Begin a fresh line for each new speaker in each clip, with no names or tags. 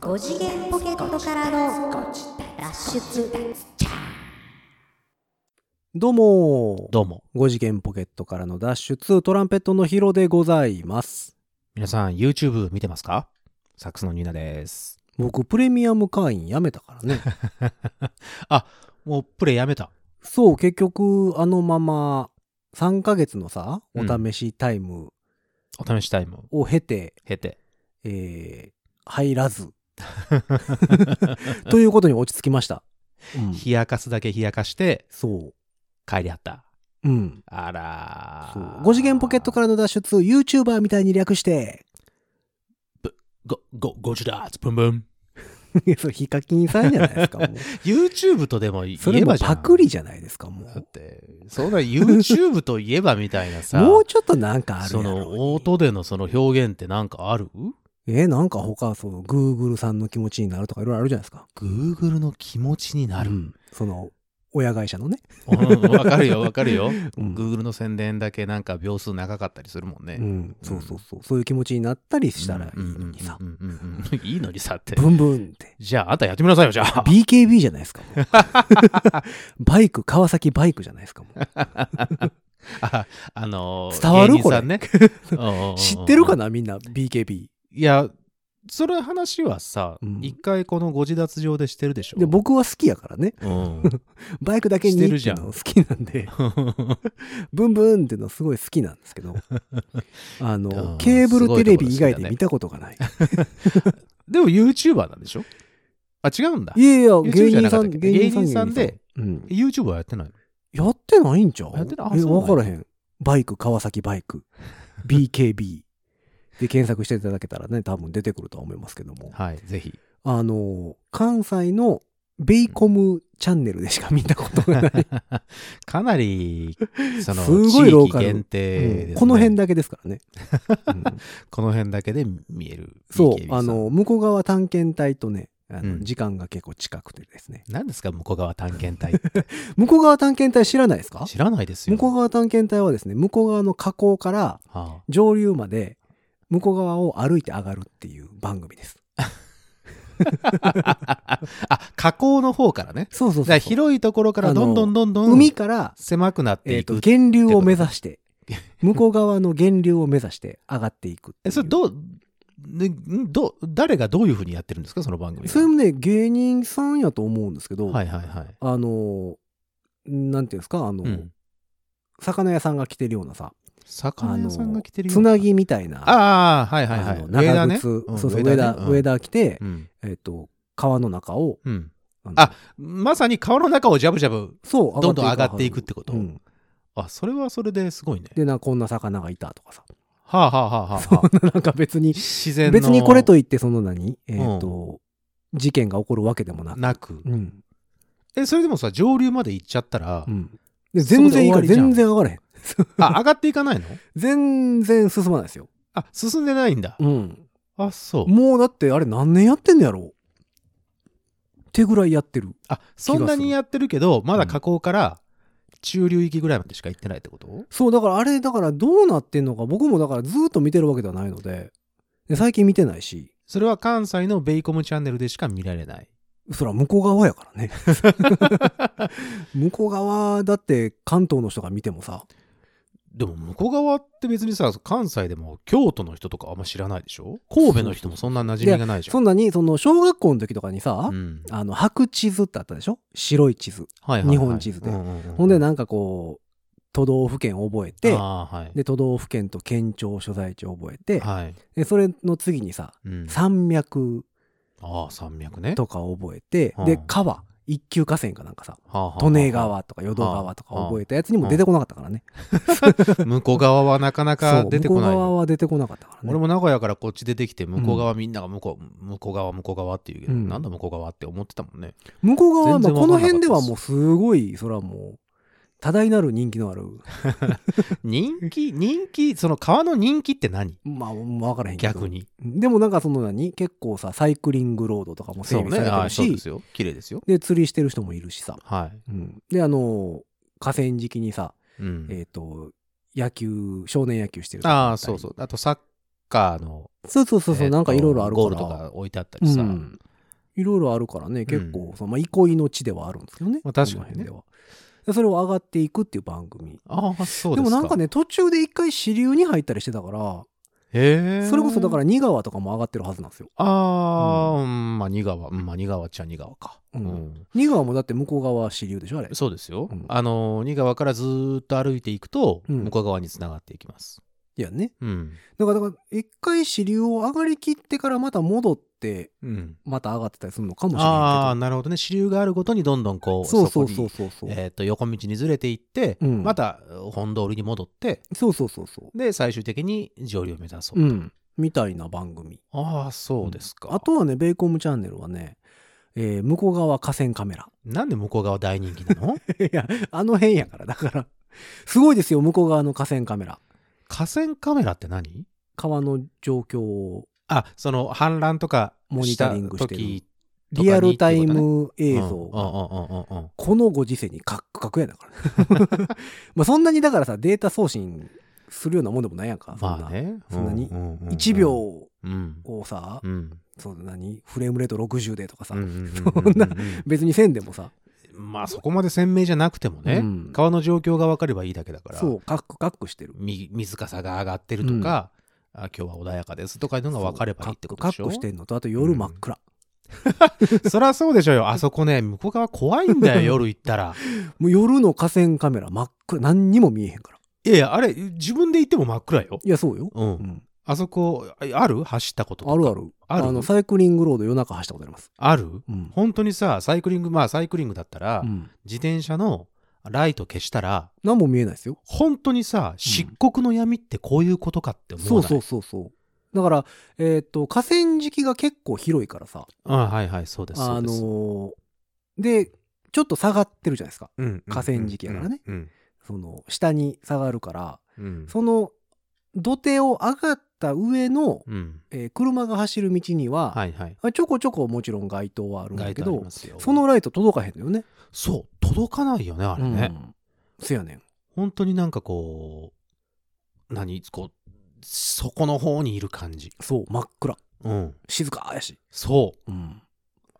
5次元ポケットからの脱出
どうも
どうも。
5次元ポケットからの脱出トランペットのヒロでございます
皆さん、YouTube 見てますかサックスのニーナです。
僕プレミアム会員やめたからね
あ、もうプレイやめた。
そう結局あのまま3ヶ月のさ
う
お試
ん
しタイム
お試しタイム、
を経て、
経て。
えー入らずということに落ち着きました、うん、
冷やかすだけ冷やかして、
そ
帰りはった。
ううん
あら
そう
ー。。
5次元ポケットかららの脱出 YouTuber みたいに略して
ご、ご、ごじだーつ、ブンブン。
そうヒカキンさんじゃないです かもう
YouTube とでも言
それ
え
も
ばじゃん。
パクリじゃないですかも
だっ
う
て、そうだ、YouTube といえばみたいな さ。
もうちょっとなんかある
そ
やろ
の、音でのその表現ってなんかある
えなんか他その Google さんの気持ちになるとかいろいろあるじゃないですか。
?Google の気持ちにな
う
る。
んその親会社のね。
うんわかるよ、わかるよ。
うん、
Google の宣伝だけなんか秒数長かったりするもんね。
うんそうそうそうそういう気持ちになったりしたらいいのにさ
う。んうんうんうんうんいいのにさって。
ブンブンって。
じゃあ、あんたやってみなさいよ、じゃあ。
BKB じゃないですか。もう バイク、川崎バイクじゃないですか。もう
ああのー、
伝わる
芸人さんね。
知ってるか
な
なみんな BKB。
いや、それ話はさ
うん、
一回このご自立上でしてるでしょ。
で、僕は好きやからね。
うん。
バイクだけに
してるじゃん
っていうの好きなん で、ブンブンっていうのすごい好きなんですけ ど、あ
う
の、
ん
ケーブルテレビ以
すごい
外
ところ好きだね
で見たことがない。
でも YouTuber なんでしょあ、違うんだ
い。やいや、
YouTube
芸
じゃ
人
なか
さ
った
ん、
っけ芸人さんで、
うん。
YouTube はやってないの
やってないんちゃう
やってないあ
え、
そうなん
わ
や
からへん。バイク、川崎バイ ク、BKB で検索していただけたらね、多分出てくるとは思いますけども。
はい、ぜひ。
あの、関西のベイコムチャンネルでしか見たことが ない。
かなり、その、
すごいロ
地
ーカ
域
ル
限定です
うん
ね
この辺だけですから ね。うん
この辺だけで見える。
そう、
BKB
あ
さん
の、向こう側探検隊とね、あの
うん
時間が結構近くてですね。
何ですか向こう側探 検隊って
向こう側探検隊知らないですか
知らないですよ。
向こう側探検隊はですね、向こう側の河口から、
は
上流まで向こう側を歩いて上がるっていう番組です。
あ、 あ河口の方からね。
そうそうそ
だか
う
ら広いところからどんどんどんどん
海から、
狭くなって
え
い
ー、と
く。
源流を目指 して、向こう側の源流を目指して上がっていくってい
え、
う
それどう、ねんどう、誰がどういうふうにやってるんですかその番組は。
それもね、芸人さんやと思うんですけど、
はいはいはい。
あのー、なんていうんですか、あの、
うん。
魚屋さんが着てるようなさ、
魚屋さんが来てる
つなぎみたいな、
ああ、はいはいは
あ
い。
の
ウェーダー
長
ね
靴、
ん
そうそう、上田、上
ウェーダーね
田着て
う、ん。
えっ、と、川の中を、
うん。
の
あ、まさに川の中をジャブジャブ、
そう、
どんどん上がっていくってこと
うん。
あ、それはそれですごいね。
で、な、こんな魚がいたとかさ、
はあはあはあはあはあ。
なんか別に、
自然の
別にこれといってその何えっ、と、事件が起こるわけでもなく。
なく
う。ん。
え、それでもさ、上流まで行っちゃったら
う、ん。で全然いいから
そこで終わりじゃん
全然上がれへん。
あ、上がっていかないの
全然進まないですよ。
あ、進んでないんだ。
うん。
あ、そう。
もうだってあれ何年やってんのやろってぐらいやってる。
あ、そんなにやってるけど、まだ河口から中流域ぐらいまでしか行ってないってこと、
そう、だからあれ、だからどうなってんのか、僕もだからずっと見てるわけではないので、で最近見てないし、
それは関西のベイコムチャンネルでしか見られない。
そら向こう側や からね。向こう側だって関東の人が見てもさ、
でも向こう側って別にさ、関西でも京都の人とかあんま知らないでしょ神戸の人もそんな馴染みがないじゃ
そ
ん。
んなにその小学校の時とかにさ、
うん
あの白地図ってあったでしょ白い地図、
はいはいはい
日本地図で
うんうんうん
ほんでなんかこう都道府県覚えて
あーはい
で都道府県と県庁所在地覚えて、
はい
でそれの次にさ
うん
山脈
ああ、山脈ね。
とか覚えて、
うん
で川一級河川かなんかさ
はあはあはあ
利根川とか淀川とか覚えたやつにも出てこなかったからね、
向こう側はなかなか
そう
出て
向こう
こない
側
よ。
は出てこなかったからね
俺も名古屋からこっち出てきて向こう側みんなが向こう、向こう側向こう側って言うけど、
うん
なんだ向こう側って思ってたもんね。
向こう側はまあ
全然
こ
わか
の
んなかった
辺
です
ではもうすごいそれはもう多大なる人気のある
人気人気その川の人気って何
まあ分からへんけど
逆に。
でもなんかその何結構さサイクリングロードとかも整備されて
あ
る
あ
し
そうですよ。綺麗ですよ。
で釣りしてる人もいるしさ、
は
うんであの河川敷にさ、
い。うん、
えっ、と野球少年野球してる人もいたり
ああそうそう。あとサッカーの、
そうそうそうそう、
えーと
なんかいろいろあるから
ゴールとか置いてあったりさ、
うんいろいろあるからね結構、そのまあ、憩いの地ではあるんですけどね、
まあ確かにね
この辺ではでそれを上がっていくっていう番組
ああそう
で
ですか
もなんかね途中で一回支流に入ったりしてたから
へえ
それこそだから仁川とかも上がってるはずなんですよ
ああ、うん、まあ仁川、うん、まあ仁川っちゃ仁川か、
う
うんん
仁川もだって向こう側は支流でしょあれ
そうですよ、
うん
あの仁川からずーっと歩いていくと
うん
向こう側につながっていきます
いやね
うん
だからだから一回支流を上がりきってからまた戻って
うん
また上がってたりするのかもしれ
あ
な
あ
い
なるほどね支流があるごとにどんどんこ
け
う
どそうそうそう
こ
そうそう、
にえー、と横道にずれていって、
うん
また本通りに戻って
そうそうそうそう
で最終的に上流を目指そう、
うんみたいな番組
ああそうですか、
あとはねベイコムチャンネルはね、えー向こう側河川カメラ
なんで向こう側大人気なの
いやあの辺やからだからすごいですよ向こう側の河川カメラ
河川カメラって何
川の状況を
あその氾濫とか
モニ
し
タ
た
リングしてる
時
リアルタイム映像
う
が
んうんうんうんうんうん
このご時世にカックカクやだから まあそんなにだからさデータ送信するようなもんでもないやんかそんな、
まあね
そんなに
1
1秒を
うん
さ、
うん
その何フレームレート60でとかさ、
うんうん
そんな別にせんでもさ
まあそこまで鮮明じゃなくてもね、
うん
川の状況が分かればいいだけだから
そうカックカックしてる
み水かさが上がってるとか、あ今日は穏やかですとかいうのが分かればいいってことでし
カッ
ょ
コしてんのとあと夜真っ暗、
そりゃそうでしょうよあそこね向こう側怖い んだよ夜行ったら
もう夜の河川カメラ真っ暗何にも見えへんから
いやいやあれ自分で行っても真っ暗よ、
いやそうよ、
うん
うん、
あそこあある走ったこととか
あるある
ある
のサイクリングロード夜中走ったことあります
ある
うん、
本当にさサイクリングまあサイクリングだったら、
うん、
自転車のライト消したら
何も見えないですよ
本当にさ漆黒の闇ってこういうことかって思
そうう
ない
そうそうそうだからえっ、と河川敷が結構広いからさ
あはいはいそうですそ
あ
うです
のーでちょっと下がってるじゃないですか
うんうん
河川敷やからね
うん
その下に下がるから
うん
その土手を上がった上の、
うん
えー車が走る道には、
はいはい
あちょこちょこもちろん街灯はあるんだけ
街灯あり
ど
ますよ
そのライト届かへんのよね
そう届かないよねあれね、
うんせやねん
本当になんかこう何こうそこの方にいる感じ
そう真っ暗
うん
静かやし、
そう
うん、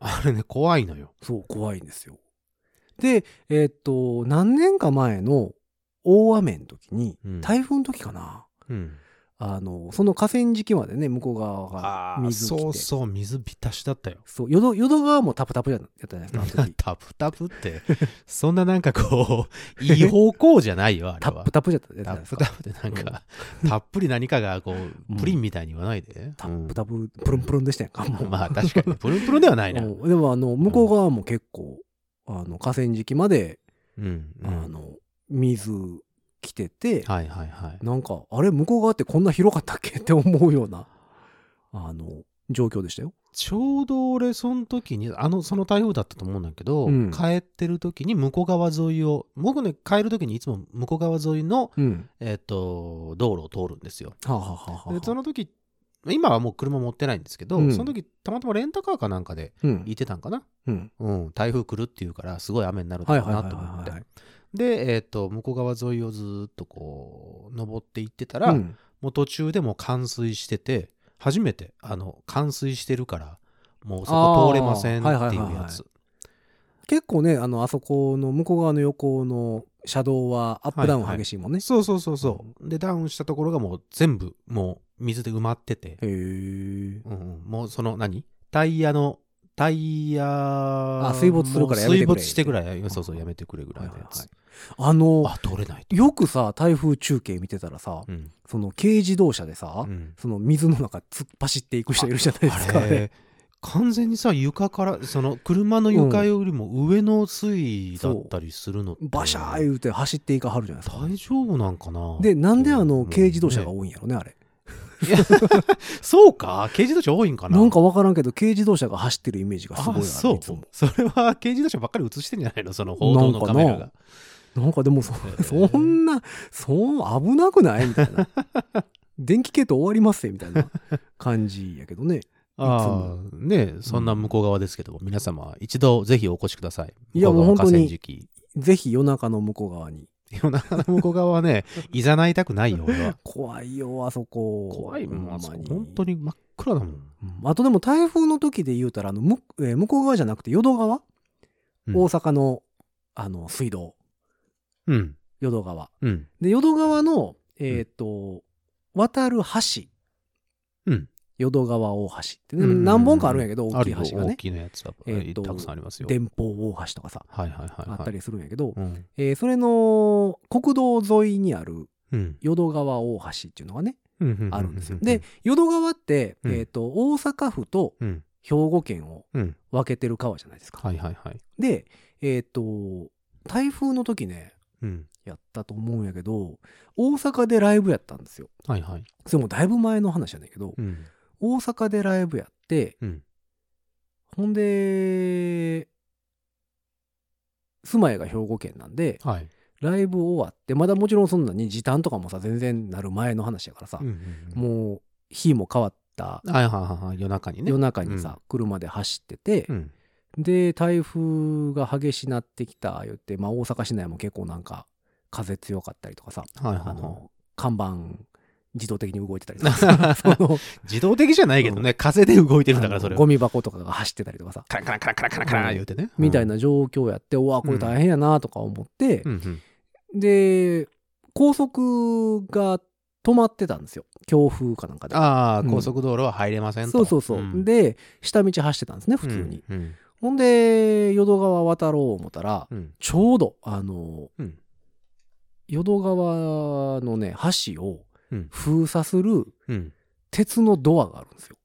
あれね怖いのよ
そう怖いんですよでえーっと何年か前の大雨の時に、
うん
台風の時かな
うん
あのその河川敷までね向こう側が
ああ
水来て
そうそう水浸しだったよ
そう淀淀川もタプタプやったじゃないですかあ の時
タプタプってそんななんかこういい方向じゃないよあれ
タ
は
ップタップじゃったじゃ
タ
ないで
ッ
す
プ
か
タプってなんか、 たっぷり何かがこ
うん
うプリンみたいに言わないで、
タップタププルンプルンでしたやんかも
う
うん
まあ確かにプルンプルンではないな、うん
うんでもあの向こう側も結構あの河川敷まで、
うん
あの水来てて、
はいはいはい
なんかあれ向こう側ってこんな広かったっけって思うようなあの状況でしたよ。
ちょうど俺その時にあのその台風だったと思うんだけど、
うん
帰ってる時に向こう側沿いを僕ね帰る時にいつも向こう側沿いの、
うん、
えっと道路を通るんですよ
はあ、はあはあは
で
あ、
その時今はもう車持ってないんですけど、
うん
その時たまたまレンタカーかなんかで
うん
行ってたんかな、
うん、
うん、台風来るっていうからすごい雨になるだ
はい
ろ
は
う
いはい
な
はい
と思って
はい
で、えっと向こう側沿いをずーっとこう登っていってたら、
うん
もう途中でもう冠水してて初めてあの冠水してるからもうそこ通れませんって
あーはい
い
はいは
う
いはい
やつ
結構ねあのあそこの向こう側の横の車道はアップダウン激しいもんね。
そうそうそうそうでダウンしたところがもう全部もう水で埋まってて、
へえ。
うんうん、もうその何タイヤのタイヤ
あ水没するからやめてくれ
もう水没してくらいそうそうやめてくれぐらいのやつ、
はいあの
あ通れないと、
よくさ台風中継見てたらさ
うん
その軽自動車でさ、
うん
その水の中突っ走っていく人いるじゃないですか。
あ
あれ
れ完全にさ床からその車の床よりも上の水位だったりするのって、
バシャー言うて走っていかはるじゃないですか。
大丈夫なんかな
でなんであの軽自動車が
い、
多いんやろねあれ。
いや そうか軽自動車多いんかな
なんか分からんけど軽自動車が走ってるイメージがすごいあ
あ
る
そう
いつも
それは 軽自動車ばっかり映してんじゃないのその報道のカメラ
なん
が
なんかでもそ
ー
そんなそう危なくないみた いな電気系統終わりますよみたいな感じやけどね
ああねそんな向こう側ですけども、皆様一度ぜひお越しください
いやもう本当に
向こ側河川敷
ぜひ夜中の向こう側に
夜中の向こう側 はね、いざないたくないよ、俺は。
怖いよ、あそこ。
怖いもん、
ほ
あ
ま
そこ本当に真っ暗だもん。
うんあとでも台風の時で言うたら、あの、むえー向こう側じゃなくて、淀川、
うん
大阪の、あの、水道、
うん。
淀川。
うん。
で、淀川の、えっ、と、渡る橋。
うん
淀川大橋ってね、
うん
何本かあるんやけど、
あ
大き
る
い
よ
橋が
大
ね。
きいのやつは、
えーっと
たくさんありますよ。
電報大橋とかさ、
はいはいはい、はい。
あったりするんやけど、
うん。
えーそれの国道沿いにある
うん。
淀川大橋っていうのがね、
うんうんう
あるんですよ。で、、淀川って、
うん
えっ、と、大阪府と
うん。
兵庫県を
うん。
分けてる川じゃないですか。
はいはいはい。
で、えっ、と、台風の時ね、
うん。
やったと思うんやけど、大阪でライブやったんですよ。
はいはい。
それもだいぶ前の話やねんけど、
うん。
大阪でライブやって、
うん。
ほんで、住まいが兵庫県なんで、
はい。
ライブ終わって、まだもちろんそんなに時短とかもさ、全然なる前の話やからさ、
うん。
もう日も変わった
はいはいはい。夜中にね。
夜中にさ、車で走ってて、
うん。
で台風が激しなってきた言って、まあ、大阪市内も結構なんか風強かったりとかさ、
はいはい
あ
はい。
の看板自動的に動いてたりとか さその
自動的じゃないけどね、風で動いてるんだから、それ
あのゴ
は。
ミ箱とかが走ってたりとかさ、
カランカランカランカランカランカラン言うてね。
みたい
な。
な状況やってうわこれ大変やなとか思って
う、ん
で高速が止まってたんですよ強風かなんか
うん。
で。
ああ、
うん
高速道路は入れませんと。
そうそうそう、
ん、
で下道走ってたんですね普通に。
うん。うん
ほんで、淀川渡ろう思ったら、
うん。
ちょうど、あの、
うん
淀川のね、橋を
うん
封鎖する
うん。
鉄のドアがあるんですよ。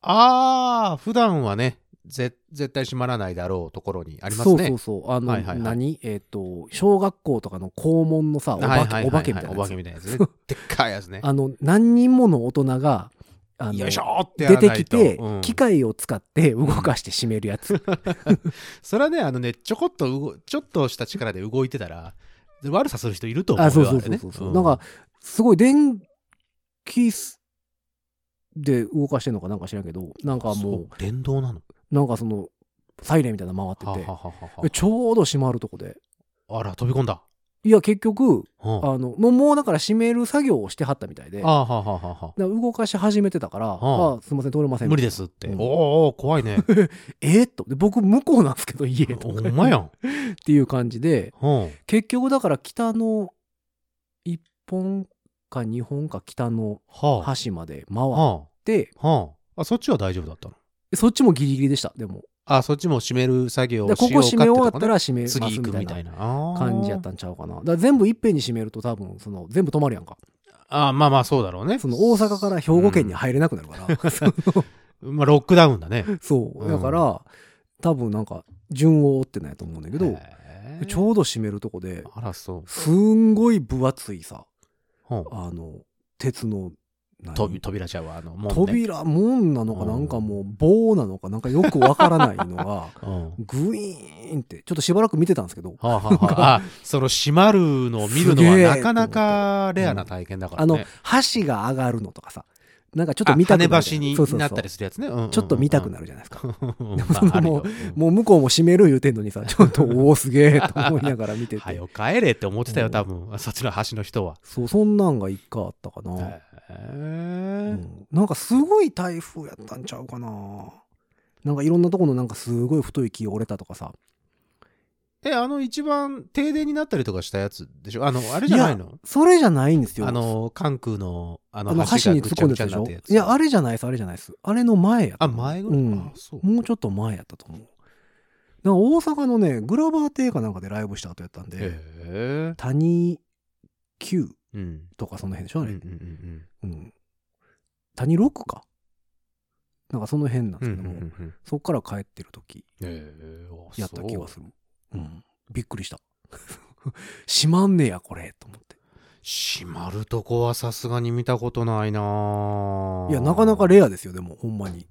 ああ、普段はね、ぜ絶対閉まらないだろうところにありますね。
そうそうそう。あの、
はいはいはい
何えっ、と、小学校とかの校門のさ、お化け,、
はいはいはいはい
お化けみたいな
お
や
化
つ
けみたいなやつね。でっかいやつね。
あの、何人もの大人が、あの
よいしょーってや
出
ら
て
ない
き
と
て、
うん
機械を使って動かして閉めるやつ。
それはね、あのね、ちょこっと動、ちょっとした力で動いてたら、悪さする人いると思うよ。
あ、そうそう
あれ
そう
ね
そうそう、なんか、、すごい電気すで動かしてんのかなんか知らんけど、なんか
そ
も
う、電動なの。
う、なんかその、サイレンみたいなの回
は
っ
は
てて
はは
え、ちょうど閉まるとこで。
は。あら、飛び込んだ。
いや、結局、
うん
あの、もう、もうだから閉める作業をしてはったみたいで、だか
あはははは。
ら動かし始めてたから、
あ
あすいません、通れません。
無理ですって。
う
お
ん
ーおー怖 いね。
えーっと。で、僕、向こうなんですけど、家と
ほ
か。
んまやん。
っていう感じで、
うん。
結局だから北の、一本か二本か北の
は
橋まで回
あ。
っ
は
て、
あ。はあ。あ、そっちは大丈夫だったの
そっちもギリギリでした、でも。
あ、そっちも閉める作業
で
をし
ここ
ようかって
閉め終わ
と
った
こね
ら閉めます
次行くみ
み
た
た
い
いな
な
感じやったんちゃうかな。だから全部いっぺんに閉めると多分、その、全部止まるやんか。
あーあーまあまあそうだろうね
その、大阪から兵庫県に入れなくなるから。その
うんまあロックダウンだね
そう。
うん
だから、多分なんか、順を追ってないと思うんだけど、
へー
ちょうど閉めるとこで、
あらそう
すんごい分厚いさ、
ほう
あの、鉄の、何
とび扉ちゃうわあの門ね
扉、門なのかなんかもう棒なのかなんかよくわからないの が、
うんは
グイーンって、ちょっとしばらく見てたんですけど、
あはあはああその閉まるのを見るの
す
は
げえ
なかなかレアな体験だから
あの
ね、
箸が上がるのとかさ、なんかちょっ
あ
と見たくなるじゃん。
跳ね橋
そうそうそ
にな
う
ったりするやつねうんうんうんうん
ちょっと見たくなるじゃないですか。
うん
でも
ま
その
ああるよ
ももう向こうも閉める言うてんのに さ、ちょっと、おお、すげえと思いながら見て
うん
て。
はよ帰れって思ってたよ多分そっちの橋の人は
そう、そんなんが一回あったかな。
へ
う
え
んなんかすごい台風やったんちゃうかな。なんかいろんなとこのなんかすごい太い木折れたとかさ。
えあの一番停電になったりとかしたやつでしょあのあれじゃないの
それじゃないんですよ。
あの、関空の、あ
あ
の
の、、箸
橋が
に
ぐ
突っ
ちゃ
込ん
ぐ
で
ち
た
ゃ
でし
になっ
ょ
たやつ。
いや、あれじゃないです、あれじゃないです。あれの前やった
あ、前ぐら
う
い。
ん
あ、そう。
もうちょっと前やったと思う。なんか大阪のね、グラバー亭かなんかでライブした後やったんで、
へえ。
谷9
うん。
とかその辺でしょ
う
あ
んう
れ、
んうん
うん谷6かなんかその辺なん
う
で
ん
すけども、
うん。
そっから帰ってる時
へえ。あ
やった気が
そう
するう、ん、びっくりした しまんねやこれと思って
閉まるとこはさすがに見たことないないい
やなかなか
レ
レアですよでもほんまに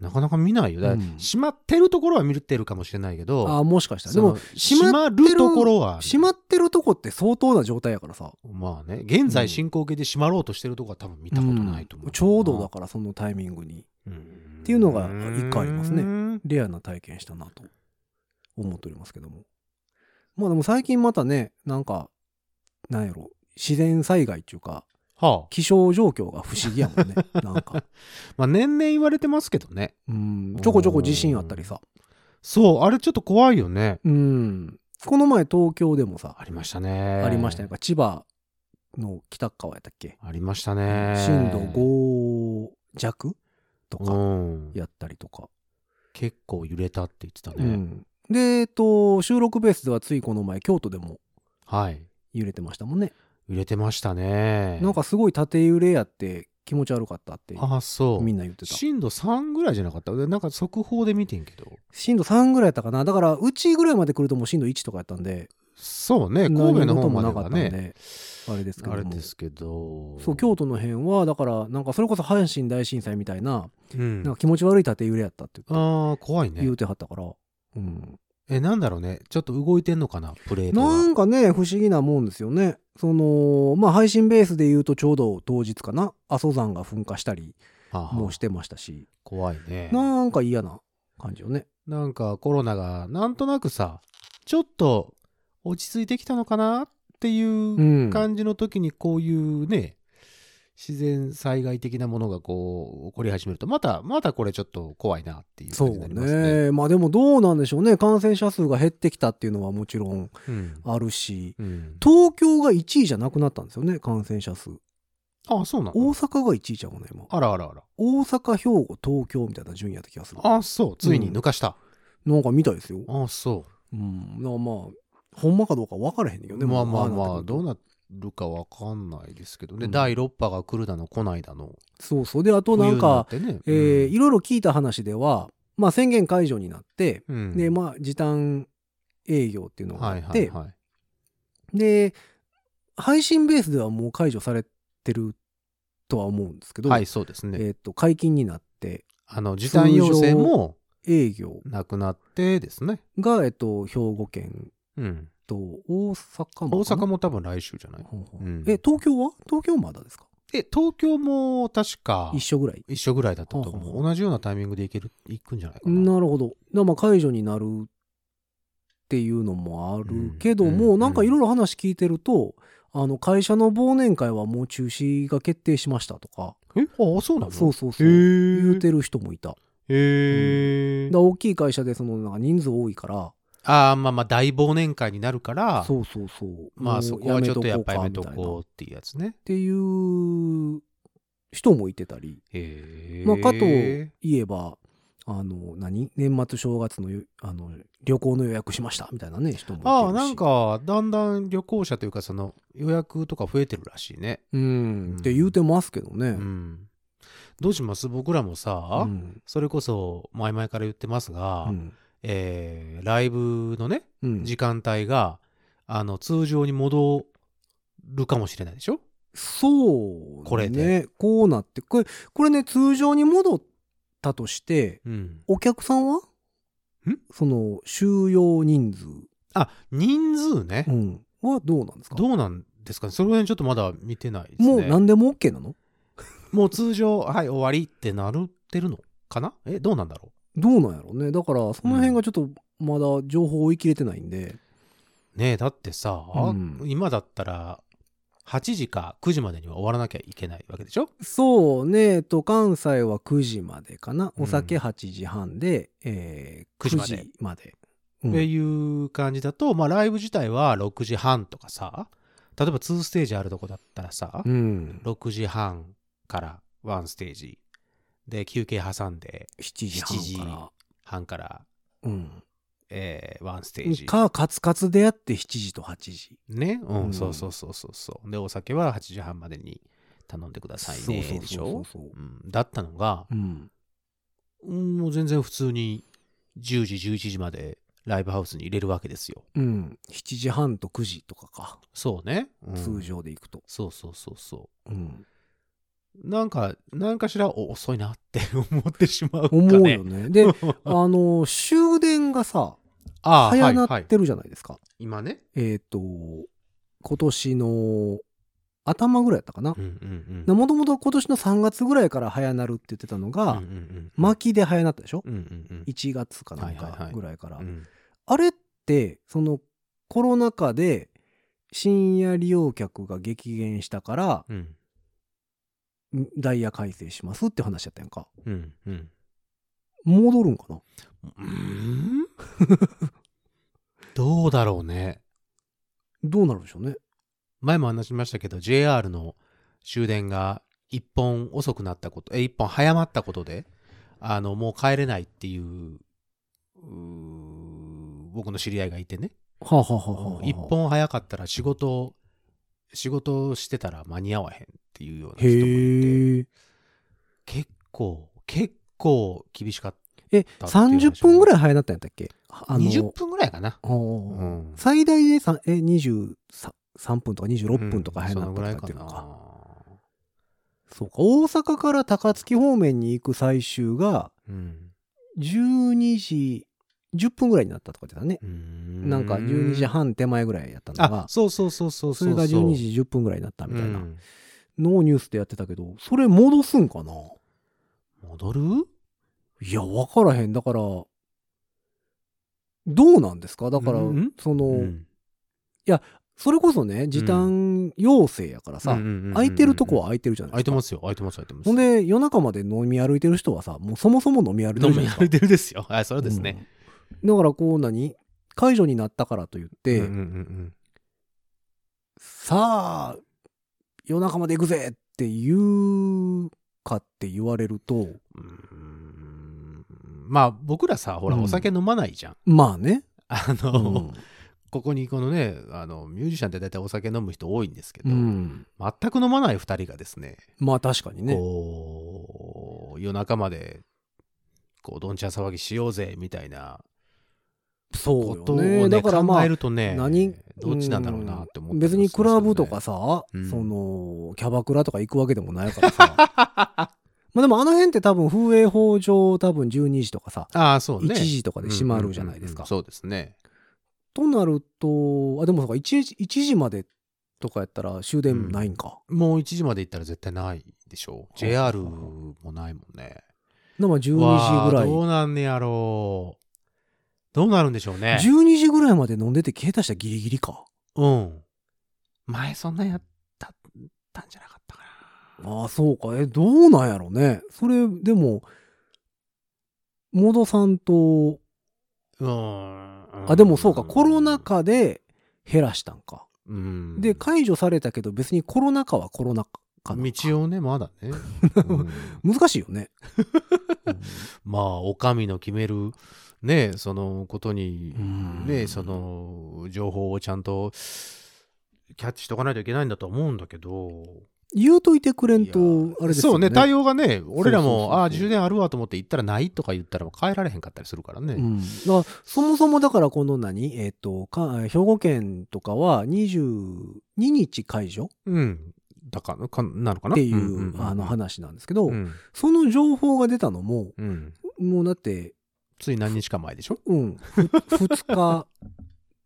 なかなか見ないよ。だから
うん
閉まってるところは見れてるかもしれないけ
あ
ど、
あもしかしたらで
その
も
閉
閉ま
ま
って
る
る
ところは、
閉まってるとこって相当な状態やからさ
まあね、現
うん
在進行形で閉まろうとしてるとこは多分見たことないと思
ん
う。
ちょうどだからそのタイミングに
うん。
っていうのが一個ありますね
ね。
レアな体験したなと思っておりますけども。まあでも最近またね、なんかなんやろ、自然災害っていうか、
はあ。
気象状況が不思議やもんね。 なんか。
まあ、年々言われてますけどね。
うん。ちょこちょこ地震あったりさ。
そう、あれちょっと怖いよね。
うん。この前東京でもさ、
ありましたね。
ありましたね。千葉の北川やったっけ、
ありましたね。
震度5弱とか
うん。
やったりとか。
結構揺れたって言ってた
う
ね。
ん。で、えっと、収録ベースではついこの前、京都でも
はい。
揺れてましたもんね。
揺れてましたね。
なんかすごい縦揺れやって気持ち悪かったって
ああ、そう。
みんな言ってた。
震度3ぐらいじゃなかったでなんか速報で見てんけど。
震度3ぐらいやったかな。だから、うちぐらいまで来るともう震度1とかやったんで、
そうね、神戸の方まで
何事もなかった
は
んで、
ね。
あれですけど
あ
も
れですけど。
そう京都の辺はだからなんかそれこそ阪神大震災みたいな,、
うん
なんか気持ち悪い縦揺れやったって言って
ああ、怖いね
言。うてはったから、うん、
え、なんだろうね。ちょっと動いてんのかな、プレートが。
なんかね不思議なもんですよねそのまあ配信ベースで言うとちょうど当日かな阿蘇山が噴火したり
ああ
もしてましたし
怖いね。
なんか嫌な感じよね
なんかコロナがなんとなくさ、ちょっと落ち着いてきたのかなっていう
うん
感じの時にこういうね、自然災害的なものがこう起こり始めると、また、またこれちょっと怖いなっていう
そ
感じ
う
になりますね。
ねまあでもどうなんでしょうね感染者数が減ってきたっていうのはもちろん
うん
あるし
うん
東京が1位じゃなくなったんですよね感染者数
あそうなの
大阪が1位ちゃうかな今
あらあらあら。
大阪兵庫東京みたいな順位やった気がする
あそう。ついに抜かした。
なんか見たいですよ
あそう。
うんだからまあほんまかどうか分からへんねんけどね
まあまあ
も
まあ、どう
なってくる
なるかわかんないですけどね。
うん
第6波が来るだの、来ないだの。
とそうそうであとなんか、
冬になってね、
えーいろいろ聞いた話では、まあ、宣言解除になって、
うんうん
でまあ時短営業っていうのがあ
は
っ
い
て、
はいはい。
で配信ベースではもう解除されてるとは思うんですけど、
はい、そうですね。
えー、と解禁になって
あの、時短要請も
営業
なくなってですね。
が、えっと兵庫県
うん。
と大阪
大
もかな
阪も多分来週じゃない
ほうほう
うん
え東京は東京まだですか
え、東京も確か
一緒ぐらい
一緒ぐらいだったと
ほうほう
思
ほ
う。同じようなタイミングで行ける、行くんじゃないかな。
なるほどだからまあ解除になるっていうのもあるけど
うん
も、
うん
なんかいろいろ話聞いてるとあの会社の忘年会はもう中止が決定しましたとか
え、あ、そうなの
そううそう
へ
そう言う
ー。
てる人もいただか
へー
ら大きい会社でそのなんか人数多いから
ああ、まあまあ、大忘年会になるから、
そうそうそう
ま
も
あ
う
そこはちょっとやっぱやめ
めと
と
こうかみたいなっ
こうっていうやつね。
ていう人もいてたり
へー
まあ、かといえば、あの、何年末正月のよあの旅行の予約しましたみたいなね、人もいてるし。
ああ、なん、か、だんだん旅行者というか、その、予約とか増えてるらしいね。
うん、って言うてますけどね。
う。ん。どうします僕らもさ、
うん。
それこそ前々から言ってますが、
うん。
えーライブのね
うん
時間帯があの通常に戻るかもしれないでしょ
そう、
これ
ね。こうなって、これ、これね、通常に戻ったとして、
うん
お客さんはその、収容人数、
あ人数ね、
うん、はどうなんですか
どうなんですかねその辺ちょっとまだ見てないですね
もう何でも OK なの
もう通常はい終わりってなるってるのかなえどうなんだろ
どうなんやろうね。だから、その辺がちょっと、まだ情報を追い切れてないんで。
うねえだってさ、
うん
今だったら8時か9時までには終わらなきゃいけないわけでしょ
そうね、えっと、関西は9時までかな。
うん
お酒8時半で、えー
9時まで
9時まで。うん
っていう感じだと、まあライブ自体は6時半とかさ、例えば2ステージあるとこだったらさ、
うん。
6時半から1ステージ、で休憩挟んで、
7時半か
半から、
ら。うん。
えー、1ステージ。
か、カツカツでやって7時と8時。
ね、う
うん
ん、そうそうそうそうそう。で、お酒は8時半までに頼んでくださいね、でしょ、
そうそう
うん、だったのが、
うん。
うんもう全然普通に10時、11時までライブハウスに入れるわけですよ。
うん。7時半と9時とかか。
そうね。うん
通常でいくと。
そうそうそうそう。
うん。
なんか、なんかしらお遅いなって 思ってしまうかね。
思うよね。 で、あの、終電がさ、
ああ、は
早
い、
な
は
っ
い。
てるじゃないですか。
今ね。
えっ、と、今年の頭ぐらいやったかな
う。んうんうん。
もともと今年の3月ぐらいから早なるって言ってたのが、
うんうんうん、
巻きで早なったでしょ、
うんうんうん。
1月かなん
はいはい
か
はい
ぐらいから、
うん
あれってそのコロナ禍で深夜利用客が激減したから、
うん。
ダイヤ改正しますって話やったやんか。
うん。うん。
戻るんかな
うんどうだろうね。
どうなるでしょうね。
前も話しましたけど、JR の終電が一本遅くなったこと、え、一本早まったことで、あの、もう帰れないっていう、うー僕の知り合いがいてね、
はあ、はあはあはあはあ、
一本早かったら仕事、仕事してたら間に合わへんっていうような人もいて、
へえ。
結構、結構厳しかった。
え、30分ぐらい早なったんやったっけあ
20分ぐらいかな。
あー
うん
最大でさえ23分とか26分とか早
うん
な
そ
っ
のぐ
た
らい
とかっていう
か
のか。
な。
そうか。大阪から高槻方面に行く最終が
うん。
12時10分ぐらいになったとか言ってたね。な
な
んか12時半手前ぐらいやったの
あ
が、
そうそうそうそう
そうれ
う
が12時10分ぐらいになったみたいな
うん
のをニュースでやってたけど、それ戻すんかな
戻る
いや、わからへん。だから、どうなんですかだから
うん、
そうの、
ん
それこそね、時短要請やから
う
さ
んう、んうんうん
空いてるとこは空いてるじゃない
空
で
い
すか。
てますよ空いてます空いてます
ほんで、夜中まで飲み歩いてる人はさ、もうそもそも飲み歩いてるじゃないですか。
いてるですよはいそれはですね
うん。だからこう何解除になったからといっ
うん
て、
うんうん
さあ、夜中まで行くぜって言うかって言われると、
うんうーんまあ僕らさほら
うん
お酒飲まないじゃん
まあね。
あ
う
の
ん。
ここにこのねあのミュージシャンって大体お酒飲む人多いんですけ
う
ど
ん
全く飲まない2人がですね
まあ確かにね。
こう夜中までこうどんちゃん騒ぎしようぜみたいな
そ
こ
う
と
よ
を
ね。
ね
だからま
考
あ
え、るとね
何
どっちなんだろうなって思っ
う
て
ん
ます
別
ね
にクラブとかさ、
うん
そのキャバクラとか行くわけでもないからさ まあでもあの辺って多分風営法上多分12時とかさ、
ああそうね
1時とかで閉まるじゃないですか、
うんうんうんうんそうですね
となるとあでもそうか 1, 1時までとかやったら終電ないんか、
もう1時まで行ったら絶対ないでしょう JR もないもんね
なまあ12時ぐ
わ
ら
あ
い
どうなんねやろうどうなるんでしょうね
12時ぐらいまで飲んでて消えたしたらギリギリか
うん前そんなやったたんじゃなかったか
ああそうかえどうなんやろねそれでもモドさんと
なうーん
あでもそうかコロナ禍で減らしたんか
うん
で解除されたけど別にコロナ禍はコロナ禍なのか
道をねまだ ね、うん
難しいよ ね、
まあお上の決めるねそのことに
うん
ねその情報をちゃんとキャッチしとかないといけないんだと思うんだけど
言うといてくれんと
いや
あれです
そ
よ
う
ね
ね対応がね俺ら
そうそうそうそう
もああ充電あるわと思って行ったらないとか言ったらもう帰られへんかったりするからね、
うん、だからそもそもだからこの何えっ、とか兵庫県とかは22日解除
うんだからかなのか
っ
な
てい
んん
うあの話なんですけど、
うん
その情報が出たのも
うん
もうだって
つい何日か前でしょ
うんふ 2日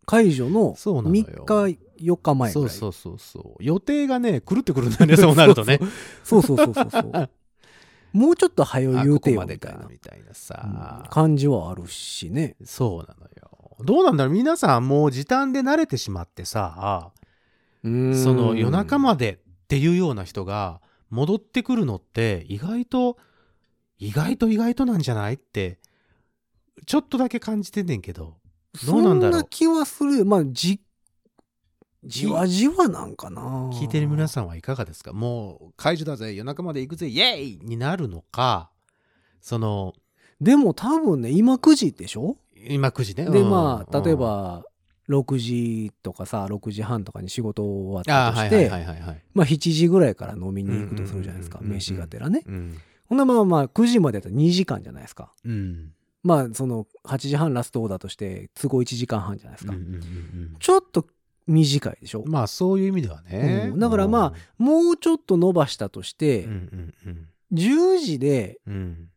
解除の
そうな
3
のよ
日4日前ぐ
そ
ら
う
い
そうそうそう予定がね狂ってくるんだよ ねそうなるとね
そうそうそうそうそう もうちょっと早
あ
言うて
ここ
よ
まで
みたい
か
な
みたいなさ、
感じはあるしね。
そうなのよどうなんだろう皆さんもう時短で慣れてしまってさ
そ
その夜中までっていうような人が戻ってくるのって意外と意外と意外となんじゃないってちょっとだけ感じてんねんけどどうなんだろう
そんな気はする。まあ、じ、じわじわなんかな。
聞いてる皆さんはいかがですかもう解除だぜ夜中まで行くぜイエーイになるのかその
でも多分ね、今9時でしょ、
今9時ね
で、
うん
ま
う
あ、
ん
例えば、6時とかさ、6時半とかに仕事終わった
あ
と
ーは
し
いはい
て
は、いはいはい
まあ、7時ぐらいから飲みに行くとするじゃないですか。
うんうんうんうん
飯がてらね。
うん
ほんならまあまあ、9時までだったら2時間じゃないですか。
うん
まあ、その、8時半ラストオーダーとして、都合1時間半じゃないです
うんう
か。
んうん
ちょっと短いでしょ
うんまあそういう意味ではね
うんだからまあもうちょっと伸ばしたとして、
うんうん
10時で、
うんうん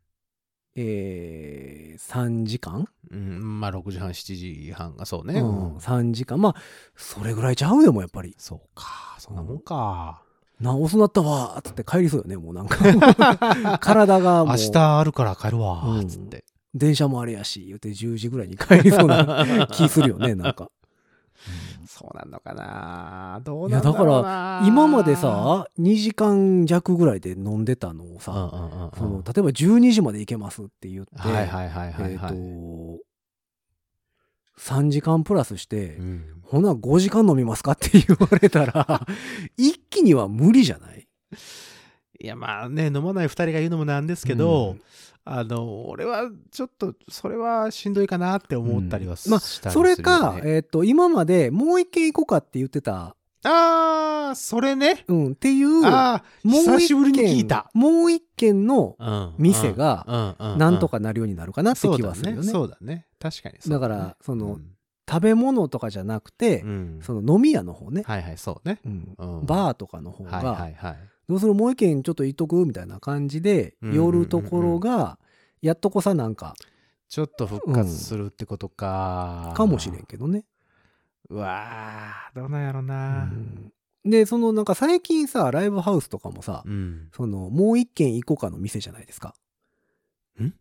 えー3時間、
うんまあ6時半7時半がそうね、
うん、
うん
3時間まあそれぐらいちゃうよもうやっぱり
そうかそんなもんか、
な遅なったわーっつって帰りそうよねもう なんか体がも
明
う
日あるから帰るわ
うん
ーつって、
電車もあれやし言って10時ぐらいに帰りそうな気するよねなんか
そうなんのかなどう
い
な
や
んだ
だか
ろうな
ら今まで、さ2時間弱ぐらいで飲んでたのを
うんうん
さ、
うんうん
その例えば12時まで行けますって言って、
はいはいはいはい
えっ、
はい。
と3時間プラスして、
うん
ほな5時間飲みますかって言われた ら一気には無理じゃない
いやまあね飲まない2人が言うのもなんですけど、
うん
あの俺はちょっとそれはしんどいかなって思ったりはし
まあ
たりする、ね
それか、えっと今までもう一軒行こうかって言ってた、
あーそれね
うん、っていう
あー
もう一
久しぶりに
軒
聞いた、
もう一軒の
うん
店が
な
なんとかなるようになるかなって気はするよね。
そうだね確かにそう
だからその
うん
食べ物とかじゃなくて、
うん
その飲み屋の方ね、
はいはいそうね
うん
うん
バーとかの方が、
はいはいはい
どうするもう一軒ちょっと行っとくみたいな感じで
うん
寄るところが、やっとこさなんか
ちょっと復活するってことか、
かもしれんけどね。
うわーどうなんやろな
うんでそのなんか最近さライブハウスとかもさ、
うん
そのもう一軒行こうかの店じゃないですか。
ん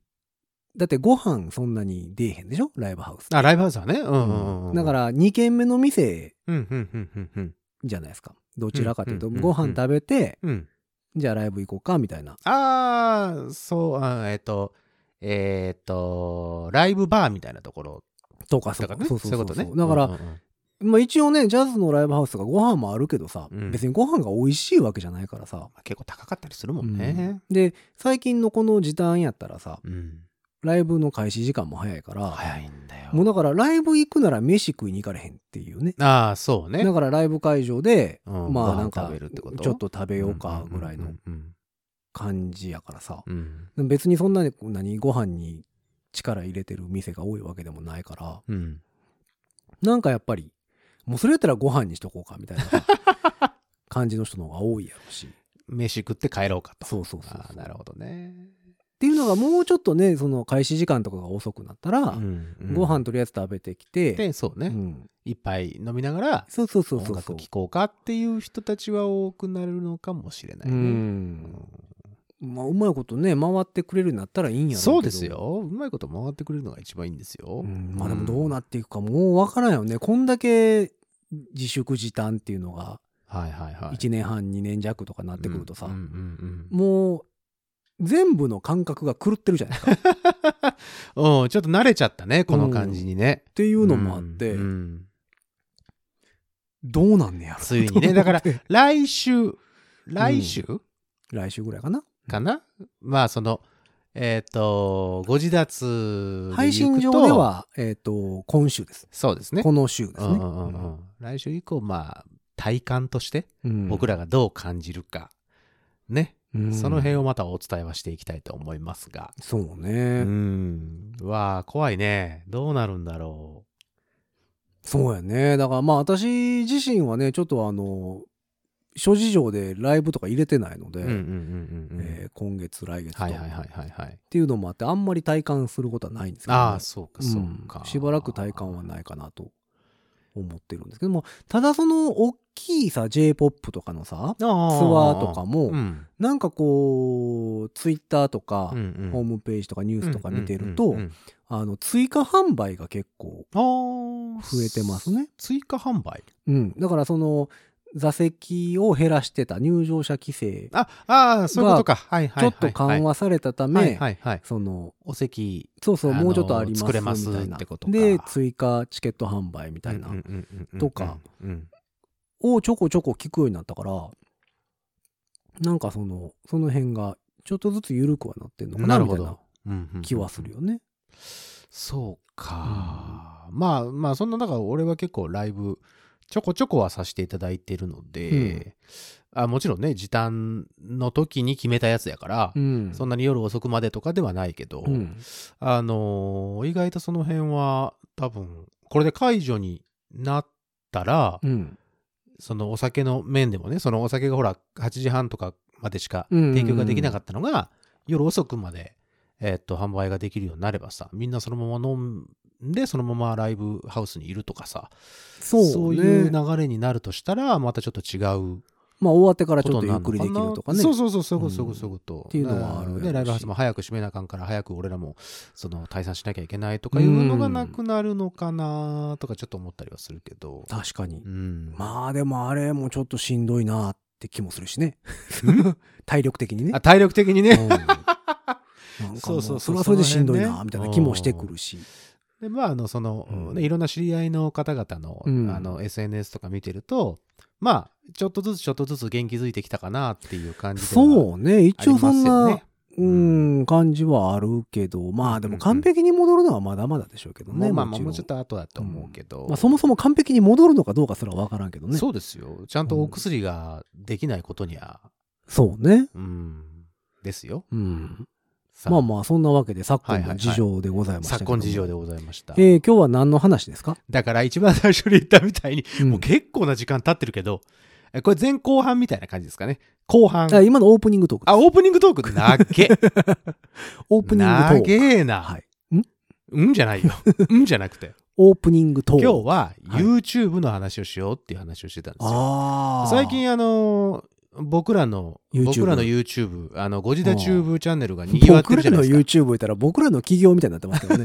だってご飯そんなに出えへんでしょライブハウス。
あライブハウスはねうんうんうん
だから2軒目の店
うんうんうんうんうん
じゃないですか。どちらかというと、
うんうんうん
ご飯食べて、
うん
じゃあライブ行こうかみたいな。
ああそうあえっ、とえっ、とライブバーみたいなところ
とかそ
だ
う
か
から
ね
そうそう
い
そうう
ことね
だから、
うんうんうん
まあ一応ね、ジャズのライブハウスとかご飯もあるけどさ、
うん
別にご飯が美味しいわけじゃないからさ。
まあ結構高かったりするもんね
うんで、最近のこの時短やったらさ、
うん
ライブの開始時間も早いから、
早いんだよ
もうだからライブ行くなら飯食いに行かれへんっていうね。
ああそうね
だからライブ会場で、
うん
ま
ご
あ
飯
なんか
食べるってこと
ちょっと食べようかぐらいの
うん
感じやからさ、
うんうん
別にそんなに何ご飯に力入れてる店が多いわけでもないから
うんうん
なんかやっぱりもうそれやったらご飯にしとこうかみたいな 感じの人の方が多いやろうし
飯食って帰ろうかと
そうそうそうそう
ああなるほどね
っていうのがもうちょっとねその開始時間とかが遅くなったら、
うんうん
ご飯とりあえず食べてきて、
でそう
う
ね
ん、
一杯飲みながら
そうそうそう
音
そう
楽
そう
聴こうかっていう人たちは多くなるのかもしれないうね
んまあうまいことね回ってくれるようになったらいいんやろけど
そうです、ようまいこと回ってくれるのが一番いいんですよ
うんまあでもどうなっていくかもうわからんよねこんだけ自粛時短っていうのが
はいはいはい
1年半2年弱とかなってくるとさ、
うんうん
もう全部の感覚が狂ってるじゃないです かっ
うんうんうんちょっと慣れちゃったねこの感じにね
てい
いう
のもあって、どうなんねやろ
ついにねだから来週来週
来週ぐらいかな
かなまあそのえっとご自立で
配信
行
上
くと
では、えっと今週です
そうですね
この週ですね、
うんうんうんうん来週以降まあ体感として僕
ら、
らがどう感じるかね
うん
その辺をまたお伝えはしていきたいと思いますが
そう
う
ね、
んうわあ怖いねどうなるんだろ
そうやねだからまあ私自身はねちょっとあの諸事情でライブとか入れてないので、
ううんうんうんうんうん
えー今月来月と、
はいはいはいはいはい
っていうのもあってあんまり体感することはないんですけどね、
ああそうかそうか、
うんしばらく体感はないかなと思ってるんですけどもただその大きいさ j p o p とかのさ
ツ
ツア
ア
ーとかも
うん
なんかこうツイッターとか
うんうん
ホームページとかニュースとか見てる
う
と
んうんうん
あの追加販売が結構
うんああ
増えてますね
追加販売
うんだからその座席を減らしてた入場者規制
あああそういうことかはいはい
ち
は
ょ
い
っと緩和されたた
はいはい
め
はいはい
その
お席
そうそう
あの
もうちょっとあり
作れま
ますすみたいな
ってことか
で追加チケット販売みたいな
うんうんうんうんうん
とか
うん
をちょこちょこ聞くようになったから、なんかその、その辺が、ちょっとずつ緩くはなってんのか
な
な、
る
みた
ほ
い
ど
な
うんうん
気はするよね。
そうか、まあまあそんな中俺は結構ライブちょこちょこはさせていただいてるので、あもちろんね時短の時に決めたやつやから、
うん。
そんなに夜遅くまでとかではないけど、
うん
あのー意外とその辺は多分これで解除になったら、
うん。
そのお酒の面でもねそのお酒がほら8時半とかまでしか
うんうんうん
提供ができなかったのが、夜遅くまで、えーっと販売ができるようになればさみんなそのまま飲んでそのままライブハウスにいるとかさ
そうね。
いう流れになるとしたらまたちょっと違う
まあ終わってからちょっとゆっくりできるとかね。
そうそうそう、そういうこと、
うん
そういうこと、そういうこと。
っていうのはあるやろうし
で、ライブハウスも早く閉めなあかんから、早く俺らも、その、退散しなきゃいけないとかいうのがなくなるのかなとか、ちょっと思ったりはするけど。
確かに
う。ん。
まあでもあれもちょっとしんどいなって気もするし ね。体力的にね
あ、。体力的にね。
うんなんかもう
そうそうそう
それはそれでしんどい
その
な
辺ね
みたいな気もしてくるし。
で、まあ、あの、その、
うん
ねいろんな知り合いの方々の、
うん
あの、SNS とか見てると、まあ、ちょっとずつちょっとずつ元気づいてきたかなっていう感じでは
そうね。
あ
一
り
応
ますよ
そんな
ね、
うん、感じはあるけど、まあでも完璧に戻るのはまだまだでしょうけど
も
ね。
うまあ
も
まあ
ちろ
も
ん
うちょっと後だと思うけど、
まあそもそも完璧に戻るのかどうかすらわからんけどね。
そうですよちゃんとお薬ができないことには
そうね。
うんですよ
うん。
さ
まあまあそんなわけで昨
はい
今
はい
の
はい
事情でございましたけ
昨
ども
今事情でございました、
えー今日は何の話ですか
だから一番最初に言ったみたいに、
うん
もう結構な時間経ってるけどえこれ前後半みたいな感じですかね後半
あ今のオープニングトークです
あオープニングトークなげ
オープニングト
な
ーク。
げえな、
はい。
うんじ ゃないようんじゃなくて
オープニングトーク。
今日は
はい
YouTube の話をしようっていう話をしてたんですよ、
ああ。
最近あのー僕らの
YouTube
僕らの YouTube あのゴジダチューブチャンネルがにぎわって
僕
るじ
ら
ゃない
の
ですか
YouTube いたら僕らの企業みたいになってますけどね。